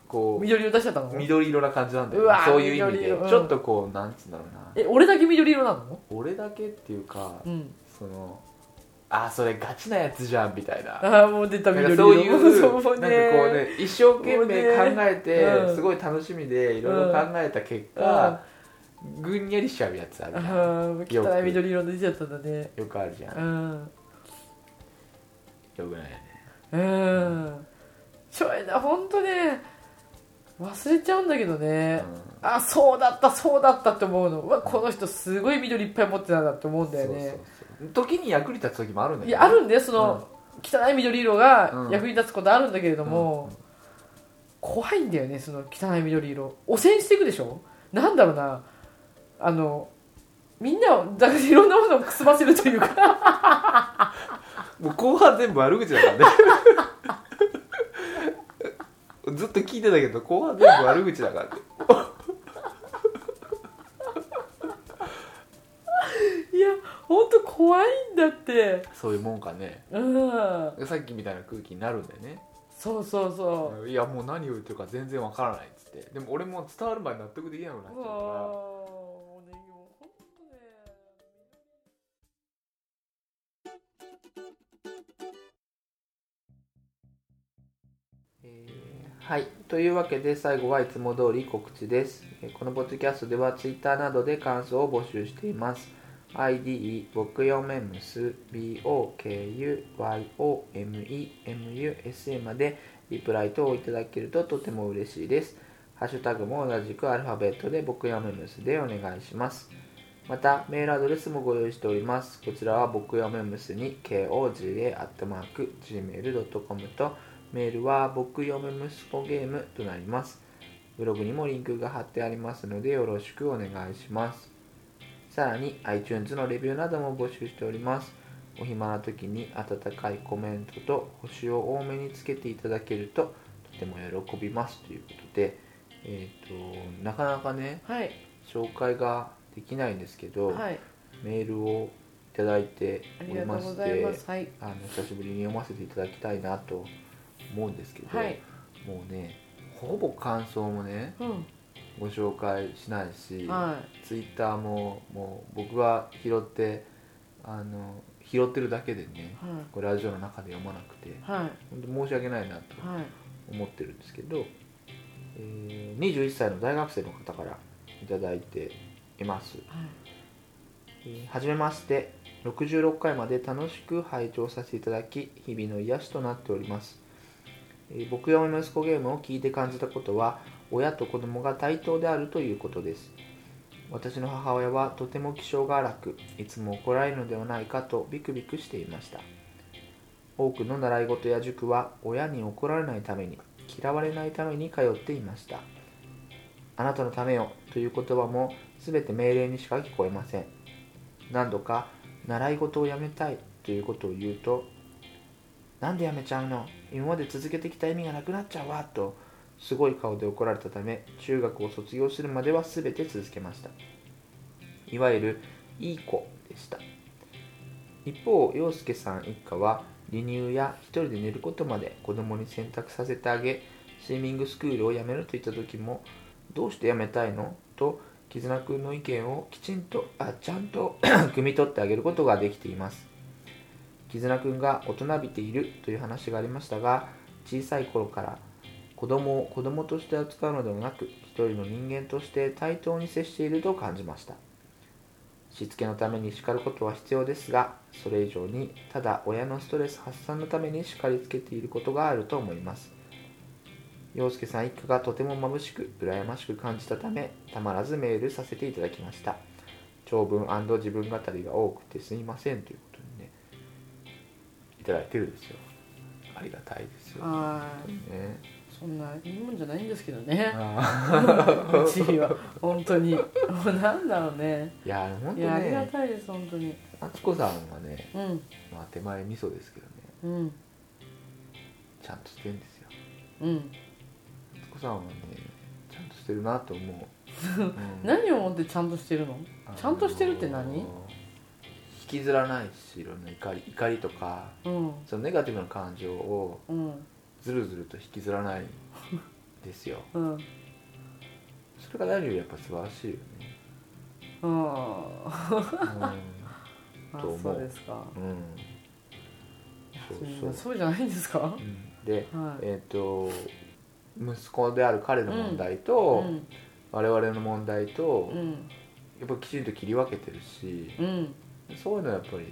Speaker 3: こ
Speaker 4: 緑色出しちゃったの
Speaker 3: う緑色な感じなんだ
Speaker 4: う
Speaker 3: よね
Speaker 4: わー
Speaker 3: そういう意味
Speaker 4: 緑
Speaker 3: で、
Speaker 4: 色うん
Speaker 3: ちょっとこうなんつうんだろうな
Speaker 4: え俺だけ緑色なの
Speaker 3: 俺だけっていうか、
Speaker 4: うん
Speaker 3: そのあーそれガチなやつじゃんみたいな
Speaker 4: ああもう出た
Speaker 3: なん
Speaker 4: 緑
Speaker 3: かそ
Speaker 4: 色
Speaker 3: ういう、なんか
Speaker 4: そ
Speaker 3: こ
Speaker 4: う
Speaker 3: う
Speaker 4: ね
Speaker 3: ね、一生懸命考え
Speaker 4: もうね
Speaker 3: て、すごい楽しみで、いろいろ考えた結果、ぐんやりしちゃうやつあ
Speaker 4: あ
Speaker 3: るじゃん。よ
Speaker 4: ー
Speaker 3: く
Speaker 4: 汚い緑色出ちゃったんだね
Speaker 3: よくあるじゃん。
Speaker 4: う
Speaker 3: よ
Speaker 4: ん
Speaker 3: くないよね。
Speaker 4: うんちょいな本当ね忘れちゃうんだけどね、あそうだったそうだったって思うのうわこの人すごい緑いっぱい持ってたんだって思うん
Speaker 3: うん
Speaker 4: だよ
Speaker 3: そう
Speaker 4: ね
Speaker 3: そうそう時に役に立つ時もあるんだけど。
Speaker 4: いやあるんだよその、汚い緑色が
Speaker 3: うん
Speaker 4: 役に立つことあるんだけれど
Speaker 3: うん
Speaker 4: も、怖いんだよねその汚い緑色汚染していくでしょなんだろうなあのみんなをだからいろんなものをくすばせるというか
Speaker 3: もう後半全部悪口だ からね。ずっと聞いてたけど、後半全部悪口だからね。
Speaker 4: いや本当怖いんだって
Speaker 3: そういうもんかね。
Speaker 4: うん
Speaker 3: さっきみたいな空気になるんだよね。
Speaker 4: そうそうそ
Speaker 3: いや、もう何を言ってるか全然わからないっつって。でも俺も伝わるまで納得できなくなっ
Speaker 4: う
Speaker 3: ちゃ
Speaker 4: う
Speaker 3: う
Speaker 4: わー
Speaker 3: から。
Speaker 4: もうねもう本当ね
Speaker 3: えーはい。というわけで、最後はいつも通り告知です。えーこのポッドキャストでは、Twitter などで感想を募集しています。ID、僕よめむす、BOKUYOMEMUSA まで、リプライ等をいただけるととても嬉しいです。ハッシュタグも同じくアルファベットで、僕よめむすでお願いします。また、メールアドレスもご用意しております。こちらは、僕よめむすに、koga.gmail.com と、メールは僕嫁息子ゲームとなります。ブログにもリンクが貼ってありますのでよろしくお願いします。さらに iTunes のレビューなども募集しております。お暇な時に温かいコメントと星を多めにつけていただけるととても喜びますということで、えー、となかなかね
Speaker 4: はい
Speaker 3: 紹介ができないんですけど、
Speaker 4: はい
Speaker 3: メールをいただいて
Speaker 4: あ
Speaker 3: お
Speaker 4: り
Speaker 3: り
Speaker 4: がと
Speaker 3: ま
Speaker 4: うご
Speaker 3: し
Speaker 4: ざい
Speaker 3: て
Speaker 4: ますはい
Speaker 3: あの久しぶりに読ませていただきたいなと思うんですけど、
Speaker 4: はい
Speaker 3: もうねほぼ感想もね
Speaker 4: うん
Speaker 3: ご紹介しないし、
Speaker 4: はい
Speaker 3: ツイッターももう僕が拾ってあの拾ってるだけでね
Speaker 4: はい
Speaker 3: これラジオの中で読まなくて
Speaker 4: はい
Speaker 3: 本当申し訳ないなと
Speaker 4: はい
Speaker 3: 思ってるんですけど、えー21歳の大学生の方からいただいています
Speaker 4: はい
Speaker 3: えーはじめまして66回まで楽しく拝聴させていただき日々の癒しとなっております、えー僕やお息子ゲームを聞いて感じたことは親と子供が対等であるということです私の母親はとても気性が荒くいつも怒られるのではないかとビクビクしていました多くの習い事や塾は親に怒られないために嫌われないために通っていましたあなたのためよという言葉も全て命令にしか聞こえません何度か習い事をやめたいということを言うとなんでやめちゃうの今まで続けてきた意味がなくなっちゃうわとすごい顔で怒られたため中学を卒業するまでは全て続けましたいわゆるいい子でした一方陽介さん一家は離乳や一人で寝ることまで子供に選択させてあげスイミングスクールを辞めると言った時もどうして辞めたいのと絆くんの意見をきちんとあちゃんと 汲み取ってあげることができています絆くんが大人びているという話がありましたが小さい頃から子供を子供として扱うのではなく一人の人間として対等に接していると感じましたしつけのために叱ることは必要ですがそれ以上にただ親のストレス発散のために叱りつけていることがあると思います陽介さん一家がとても眩しく羨ましく感じたためたまらずメールさせていただきました長文自分語りが多くてすいませんということにねいただいてるんですよありがたいですよね
Speaker 4: は
Speaker 3: 本
Speaker 4: い
Speaker 3: 当にね
Speaker 4: そんないいもんじゃないんですけどね
Speaker 3: あ
Speaker 4: うちは本当にもうなんだろうね
Speaker 3: ーいや本当
Speaker 4: いやありが
Speaker 3: ね
Speaker 4: たいです本当に
Speaker 3: あつこさんはね、
Speaker 4: うん
Speaker 3: まあ、手前味噌ですけどね
Speaker 4: うん
Speaker 3: ちゃんとしてるんですよ
Speaker 4: うん
Speaker 3: あつこさんはねちゃんとしてるなと思う、うん
Speaker 4: 何を思ってちゃんとしてるの
Speaker 3: あのー
Speaker 4: ちゃんとしてるって何
Speaker 3: 引きずらないしいろんな怒り怒りとか
Speaker 4: うん
Speaker 3: そのネガティブな感情を
Speaker 4: うん
Speaker 3: ずるずると引きずらないんです よ
Speaker 4: うん
Speaker 3: それが何よりやっぱ素晴らしいよね
Speaker 4: うん あ
Speaker 3: と思う
Speaker 4: そうですか
Speaker 3: うん、うん
Speaker 4: そ
Speaker 3: そううそう
Speaker 4: そうじゃないんですかは
Speaker 3: うんで
Speaker 4: い
Speaker 3: えっ、と息子である彼の問題と、
Speaker 4: うん
Speaker 3: 我々の問題と、
Speaker 4: うん
Speaker 3: やっぱきちんと切り分けてるし、
Speaker 4: うん
Speaker 3: そういうのはやっぱり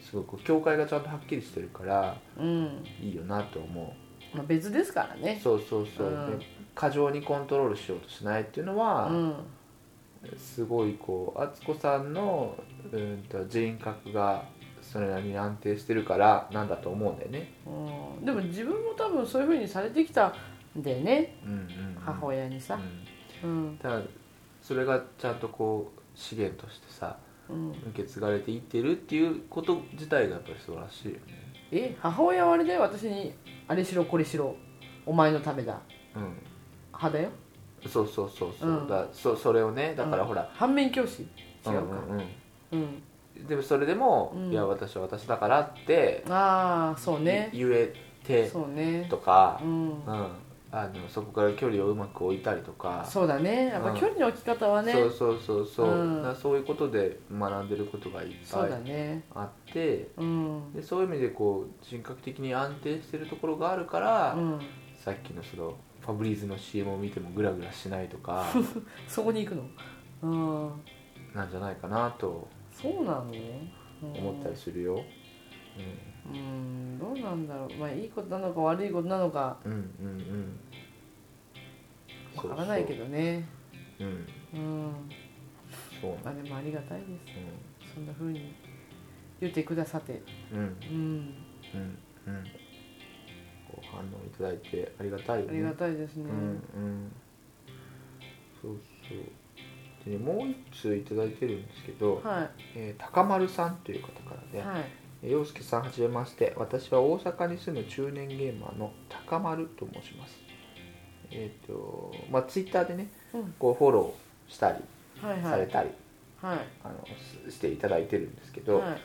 Speaker 3: すごく境界がちゃんとはっきりしてるから
Speaker 4: うん
Speaker 3: いいよなと思う
Speaker 4: まあ別ですからね
Speaker 3: そうそうそう、
Speaker 4: うん
Speaker 3: で過剰にコントロールしようとしないっていうのは、
Speaker 4: うん
Speaker 3: すごいこう敦子さんのうんと人格がそれなりに安定してるからなんだと思うんだよね、
Speaker 4: うんでも自分も多分そういうふうにされてきたんだよね
Speaker 3: うんうんうん
Speaker 4: 母親にさ
Speaker 3: うん
Speaker 4: うん
Speaker 3: ただそれがちゃんとこう資源としてさ
Speaker 4: うん
Speaker 3: 受け継がれていってるっていうこと自体がやっぱり素晴らしいよね
Speaker 4: え母親はあれで私にあれしろこれしろお前のためだ派だよ
Speaker 3: うんそうそうそうそう、
Speaker 4: うん
Speaker 3: だそそれをねだからほら、
Speaker 4: 反面教師違うか
Speaker 3: うんうん
Speaker 4: うん
Speaker 3: うんでもそれでも、
Speaker 4: うん
Speaker 3: いや私は私だからって
Speaker 4: ああそうね
Speaker 3: 言えて
Speaker 4: そうね
Speaker 3: とか
Speaker 4: う、ん
Speaker 3: うんあのそこから距離をうまく置いたりとか
Speaker 4: そうだねやっぱ距離の置き方はね
Speaker 3: そうそうそうそう、
Speaker 4: う
Speaker 3: だ
Speaker 4: ん
Speaker 3: からそういうことで学んでることがいっ
Speaker 4: そ
Speaker 3: ぱ
Speaker 4: うだ
Speaker 3: い
Speaker 4: ね
Speaker 3: あって
Speaker 4: うん
Speaker 3: でそういう意味でこう人格的に安定してるところがあるから、
Speaker 4: うん
Speaker 3: さっきのそのファブリーズの CM を見てもグラグラしないと か
Speaker 4: そこに行くのうん
Speaker 3: なんじゃないかなと
Speaker 4: そうなのうん
Speaker 3: 思ったりするよ、
Speaker 4: うんどうなんだろうまあいいことなのか悪いことなのか
Speaker 3: うん、うんうんうん
Speaker 4: わからないけどね
Speaker 3: そうそううん
Speaker 4: うん
Speaker 3: そうな
Speaker 4: まあでもありがたいで
Speaker 3: う
Speaker 4: すそんなふうに言ってくださって
Speaker 3: んうん
Speaker 4: うん
Speaker 3: うんうんこう反応いただいてありがたいよ
Speaker 4: あ
Speaker 3: ね
Speaker 4: りがたいです
Speaker 3: う
Speaker 4: ね、
Speaker 3: んうんそうそうで、ね、もう一通いただいてるんですけど、
Speaker 4: はい
Speaker 3: えー高丸さんという方からね、
Speaker 4: はい
Speaker 3: えー陽介さんはじめまして私は大阪に住む中年ゲーマーの高丸と申しますえっ、とまあツイッターでね、
Speaker 4: うん
Speaker 3: こうフォローしたり
Speaker 4: はいは
Speaker 3: され
Speaker 4: い
Speaker 3: たり、
Speaker 4: はい
Speaker 3: あのすしていただいてるんですけど、
Speaker 4: はい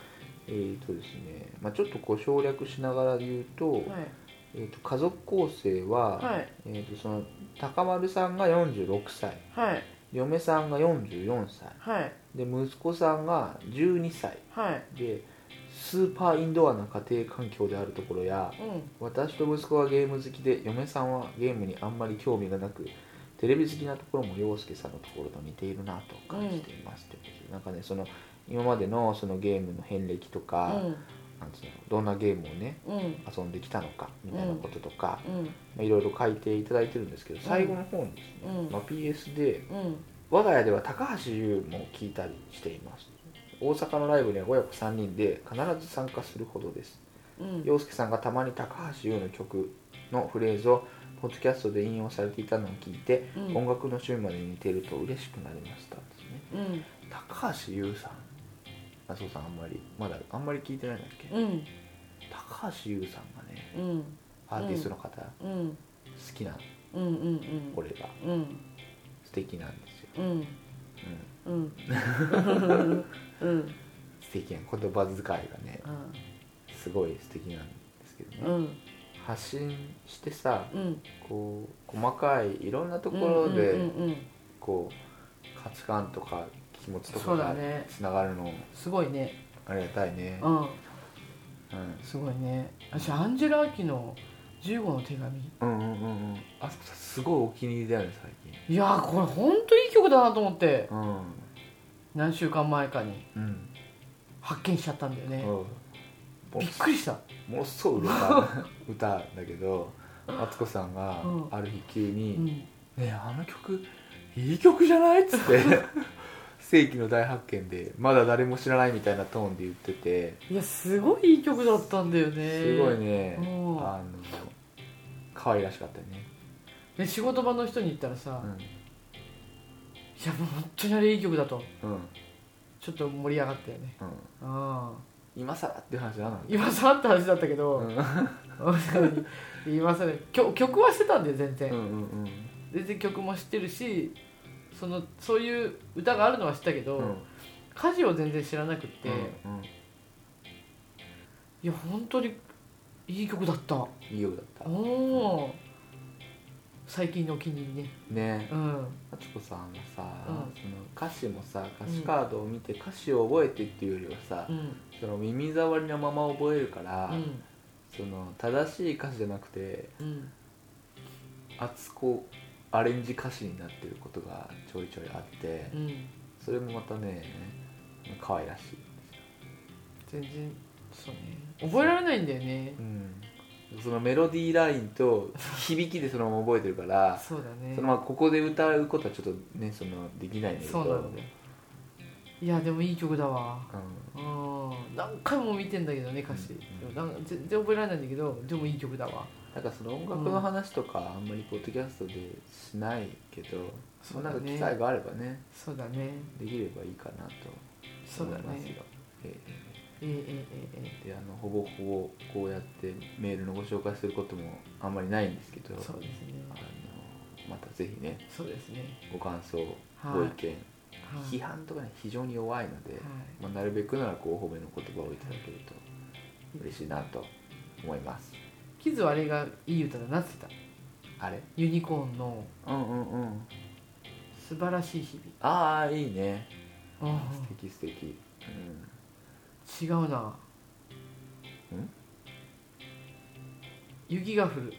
Speaker 3: えっ、とですね、まあ、ちょっとこう省略しながら言うと,、
Speaker 4: はい
Speaker 3: えー、と家族構成は、
Speaker 4: はい
Speaker 3: えー、とその高丸さんが46歳
Speaker 4: はい
Speaker 3: 嫁さんが44歳
Speaker 4: はい
Speaker 3: で息子さんが12歳
Speaker 4: はい
Speaker 3: でスーパーインドアな家庭環境であるところや
Speaker 4: うん
Speaker 3: 私と息子はゲーム好きで嫁さんはゲームにあんまり興味がなくテレビ好きなところも陽介さんのところと似ているなと感じていますってことでなんかねその今までのそのゲームの遍歴と
Speaker 4: う
Speaker 3: か、
Speaker 4: ん
Speaker 3: なんつうのどんなゲームをね
Speaker 4: うんうん
Speaker 3: 遊んできたのかみたいなこととか、
Speaker 4: うん
Speaker 3: まあいろいろ書いていただいてるんですけど最後の方にですね、
Speaker 4: うん
Speaker 3: まあ、PS で
Speaker 4: うん
Speaker 3: 我が家では高橋優も聞いたりしています大阪のライブには親子3人で必ず参加するほどです
Speaker 4: うん
Speaker 3: 洋介さんがたまに高橋優の曲のフレーズをポッドキャストで引用されていたのを聞いて、
Speaker 4: うん
Speaker 3: 音楽の趣味まで似てると嬉しくなりましたですね
Speaker 4: うん
Speaker 3: 高橋優さんあそうさんあんまりまだあんまり聞いてないんだっけ、
Speaker 4: うん
Speaker 3: 高橋優さんがね
Speaker 4: うん
Speaker 3: アーティストの方、好
Speaker 4: うん
Speaker 3: きな
Speaker 4: うんうんうん
Speaker 3: 俺が
Speaker 4: うん
Speaker 3: 素敵なんですよ、
Speaker 4: うん
Speaker 3: うん、
Speaker 4: うんうん
Speaker 3: 素敵な言葉遣いがね
Speaker 4: あ
Speaker 3: すごい素敵なんですけどね、
Speaker 4: うん
Speaker 3: 発信してさ
Speaker 4: うん
Speaker 3: こう細かいいろんなところで、
Speaker 4: うんうんうん
Speaker 3: こう価値観とか気持ちと
Speaker 4: そ
Speaker 3: か
Speaker 4: うだ
Speaker 3: が
Speaker 4: ね
Speaker 3: つながるの
Speaker 4: すごいね
Speaker 3: ありがたいね
Speaker 4: うん
Speaker 3: うん
Speaker 4: すごいね私アンジェラ・アキの15の手紙
Speaker 3: うんうんうんうんあそこさすごいお気に入りだよね最近
Speaker 4: いやーこれほんといい曲だなと思って
Speaker 3: うん
Speaker 4: 何週間前かに
Speaker 3: うん
Speaker 4: 発見しちゃったんだよね
Speaker 3: うんも
Speaker 4: びっくりした
Speaker 3: ものすごい歌歌だけど敦子さんが
Speaker 4: うん
Speaker 3: ある日急
Speaker 4: う
Speaker 3: に
Speaker 4: ん
Speaker 3: 「ねえあの曲いい曲じゃない?」っつって 世紀の大発見でまだ誰も知らないみたいなトーンで言ってて
Speaker 4: いやすごいいい曲だったんだよね
Speaker 3: すごいね
Speaker 4: うん
Speaker 3: あの可愛らしかったよね
Speaker 4: で仕事場の人に言ったらさ、
Speaker 3: う
Speaker 4: い
Speaker 3: ん
Speaker 4: やもう本当にあれいい曲だと
Speaker 3: うん
Speaker 4: ちょっと盛り上がったよね
Speaker 3: うん
Speaker 4: ああ
Speaker 3: 今更っていう話なの
Speaker 4: 今更って話だったけ
Speaker 3: う
Speaker 4: ど、
Speaker 3: ん
Speaker 4: 今更曲曲はしてたんだよ全然、
Speaker 3: うんうん
Speaker 4: 全然曲も知ってるしそのそういう歌があるのは知ったけど、
Speaker 3: うん
Speaker 4: 歌詞を全然知らなくって、
Speaker 3: うん
Speaker 4: いや本当にいい曲だったお
Speaker 3: いい曲だった
Speaker 4: おー最近のお気に入りね
Speaker 3: ね
Speaker 4: うん
Speaker 3: あつこさんはさ、
Speaker 4: うん
Speaker 3: その歌詞もさ歌詞カードを見て歌詞を覚えてっていうよりはさ、
Speaker 4: うん
Speaker 3: その耳障りのまま覚えるから、
Speaker 4: うん
Speaker 3: その正しい歌詞じゃなくて
Speaker 4: うん
Speaker 3: あつこアレンジ歌詞になってることがちょいちょいあって、
Speaker 4: うん
Speaker 3: それもまたね可愛らしい、
Speaker 4: 全然そうね覚えられないんだよね
Speaker 3: うん、そのメロディーラインと響きでそのまま覚えてるから
Speaker 4: そうだね
Speaker 3: そのままここで歌うことはちょっとねそのできないんだけど
Speaker 4: そうなんだよいやでもいい曲だわ
Speaker 3: うん
Speaker 4: うん何回も見てんだけどね歌詞、
Speaker 3: うん
Speaker 4: でもなん全然覚えられないんだけどでもいい曲だわ
Speaker 3: なんかその音楽の話とかあんまりポッドキャストでしないけど、そ
Speaker 4: そうう
Speaker 3: な
Speaker 4: だ
Speaker 3: ん
Speaker 4: ね
Speaker 3: か機会があればね
Speaker 4: そうだね
Speaker 3: できればいいかなと
Speaker 4: そう
Speaker 3: 思
Speaker 4: だ
Speaker 3: いますよ
Speaker 4: ね、
Speaker 3: え
Speaker 4: ええええええ
Speaker 3: えであのほぼほぼこうやってメールのご紹介することもあんまりないんですけど
Speaker 4: そうですね
Speaker 3: あのまたぜひね
Speaker 4: そうですね
Speaker 3: ご感想
Speaker 4: はい
Speaker 3: ご意見、
Speaker 4: はい
Speaker 3: 批判とかね非常に弱いので、
Speaker 4: はい
Speaker 3: まあ、なるべくならこう褒めの言葉をいただけると嬉しいなと思います
Speaker 4: キズはあれがいい歌だなって言ってた
Speaker 3: あれ
Speaker 4: ユニコーンの
Speaker 3: うんうんうん
Speaker 4: 「素晴らしい日
Speaker 3: ああいいね
Speaker 4: 々」あ
Speaker 3: 素敵素敵うん
Speaker 4: あ違うな
Speaker 3: うん
Speaker 4: 雪が降る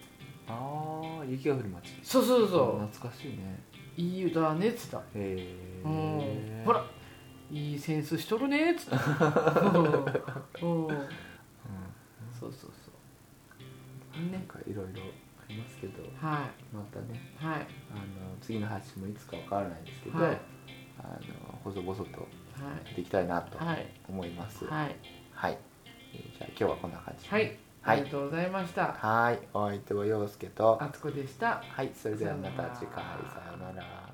Speaker 3: ああ雪が降る街
Speaker 4: そうそうそう
Speaker 3: 懐かしいね
Speaker 4: いい歌だねっつった
Speaker 3: へ
Speaker 4: うん
Speaker 3: え
Speaker 4: ほらいいセンスしとるねっ つったうんうんそうそうそ
Speaker 3: な
Speaker 4: う
Speaker 3: ん
Speaker 4: ね
Speaker 3: かいろいろありますけど
Speaker 4: は
Speaker 3: またね
Speaker 4: いは
Speaker 3: あ
Speaker 4: い
Speaker 3: の次の発信もいつかわからないですけど、
Speaker 4: はい
Speaker 3: あの細々と
Speaker 4: は
Speaker 3: やっていきたいなと
Speaker 4: いはい
Speaker 3: 思いますはい、
Speaker 4: はい
Speaker 3: えーじゃあ今日はこんな感じ
Speaker 4: はい
Speaker 3: は
Speaker 4: あ
Speaker 3: い
Speaker 4: りがとうございました
Speaker 3: はいお相手は陽介と
Speaker 4: あつこでした
Speaker 3: はいそれではまた次回
Speaker 4: さよ
Speaker 3: さようなら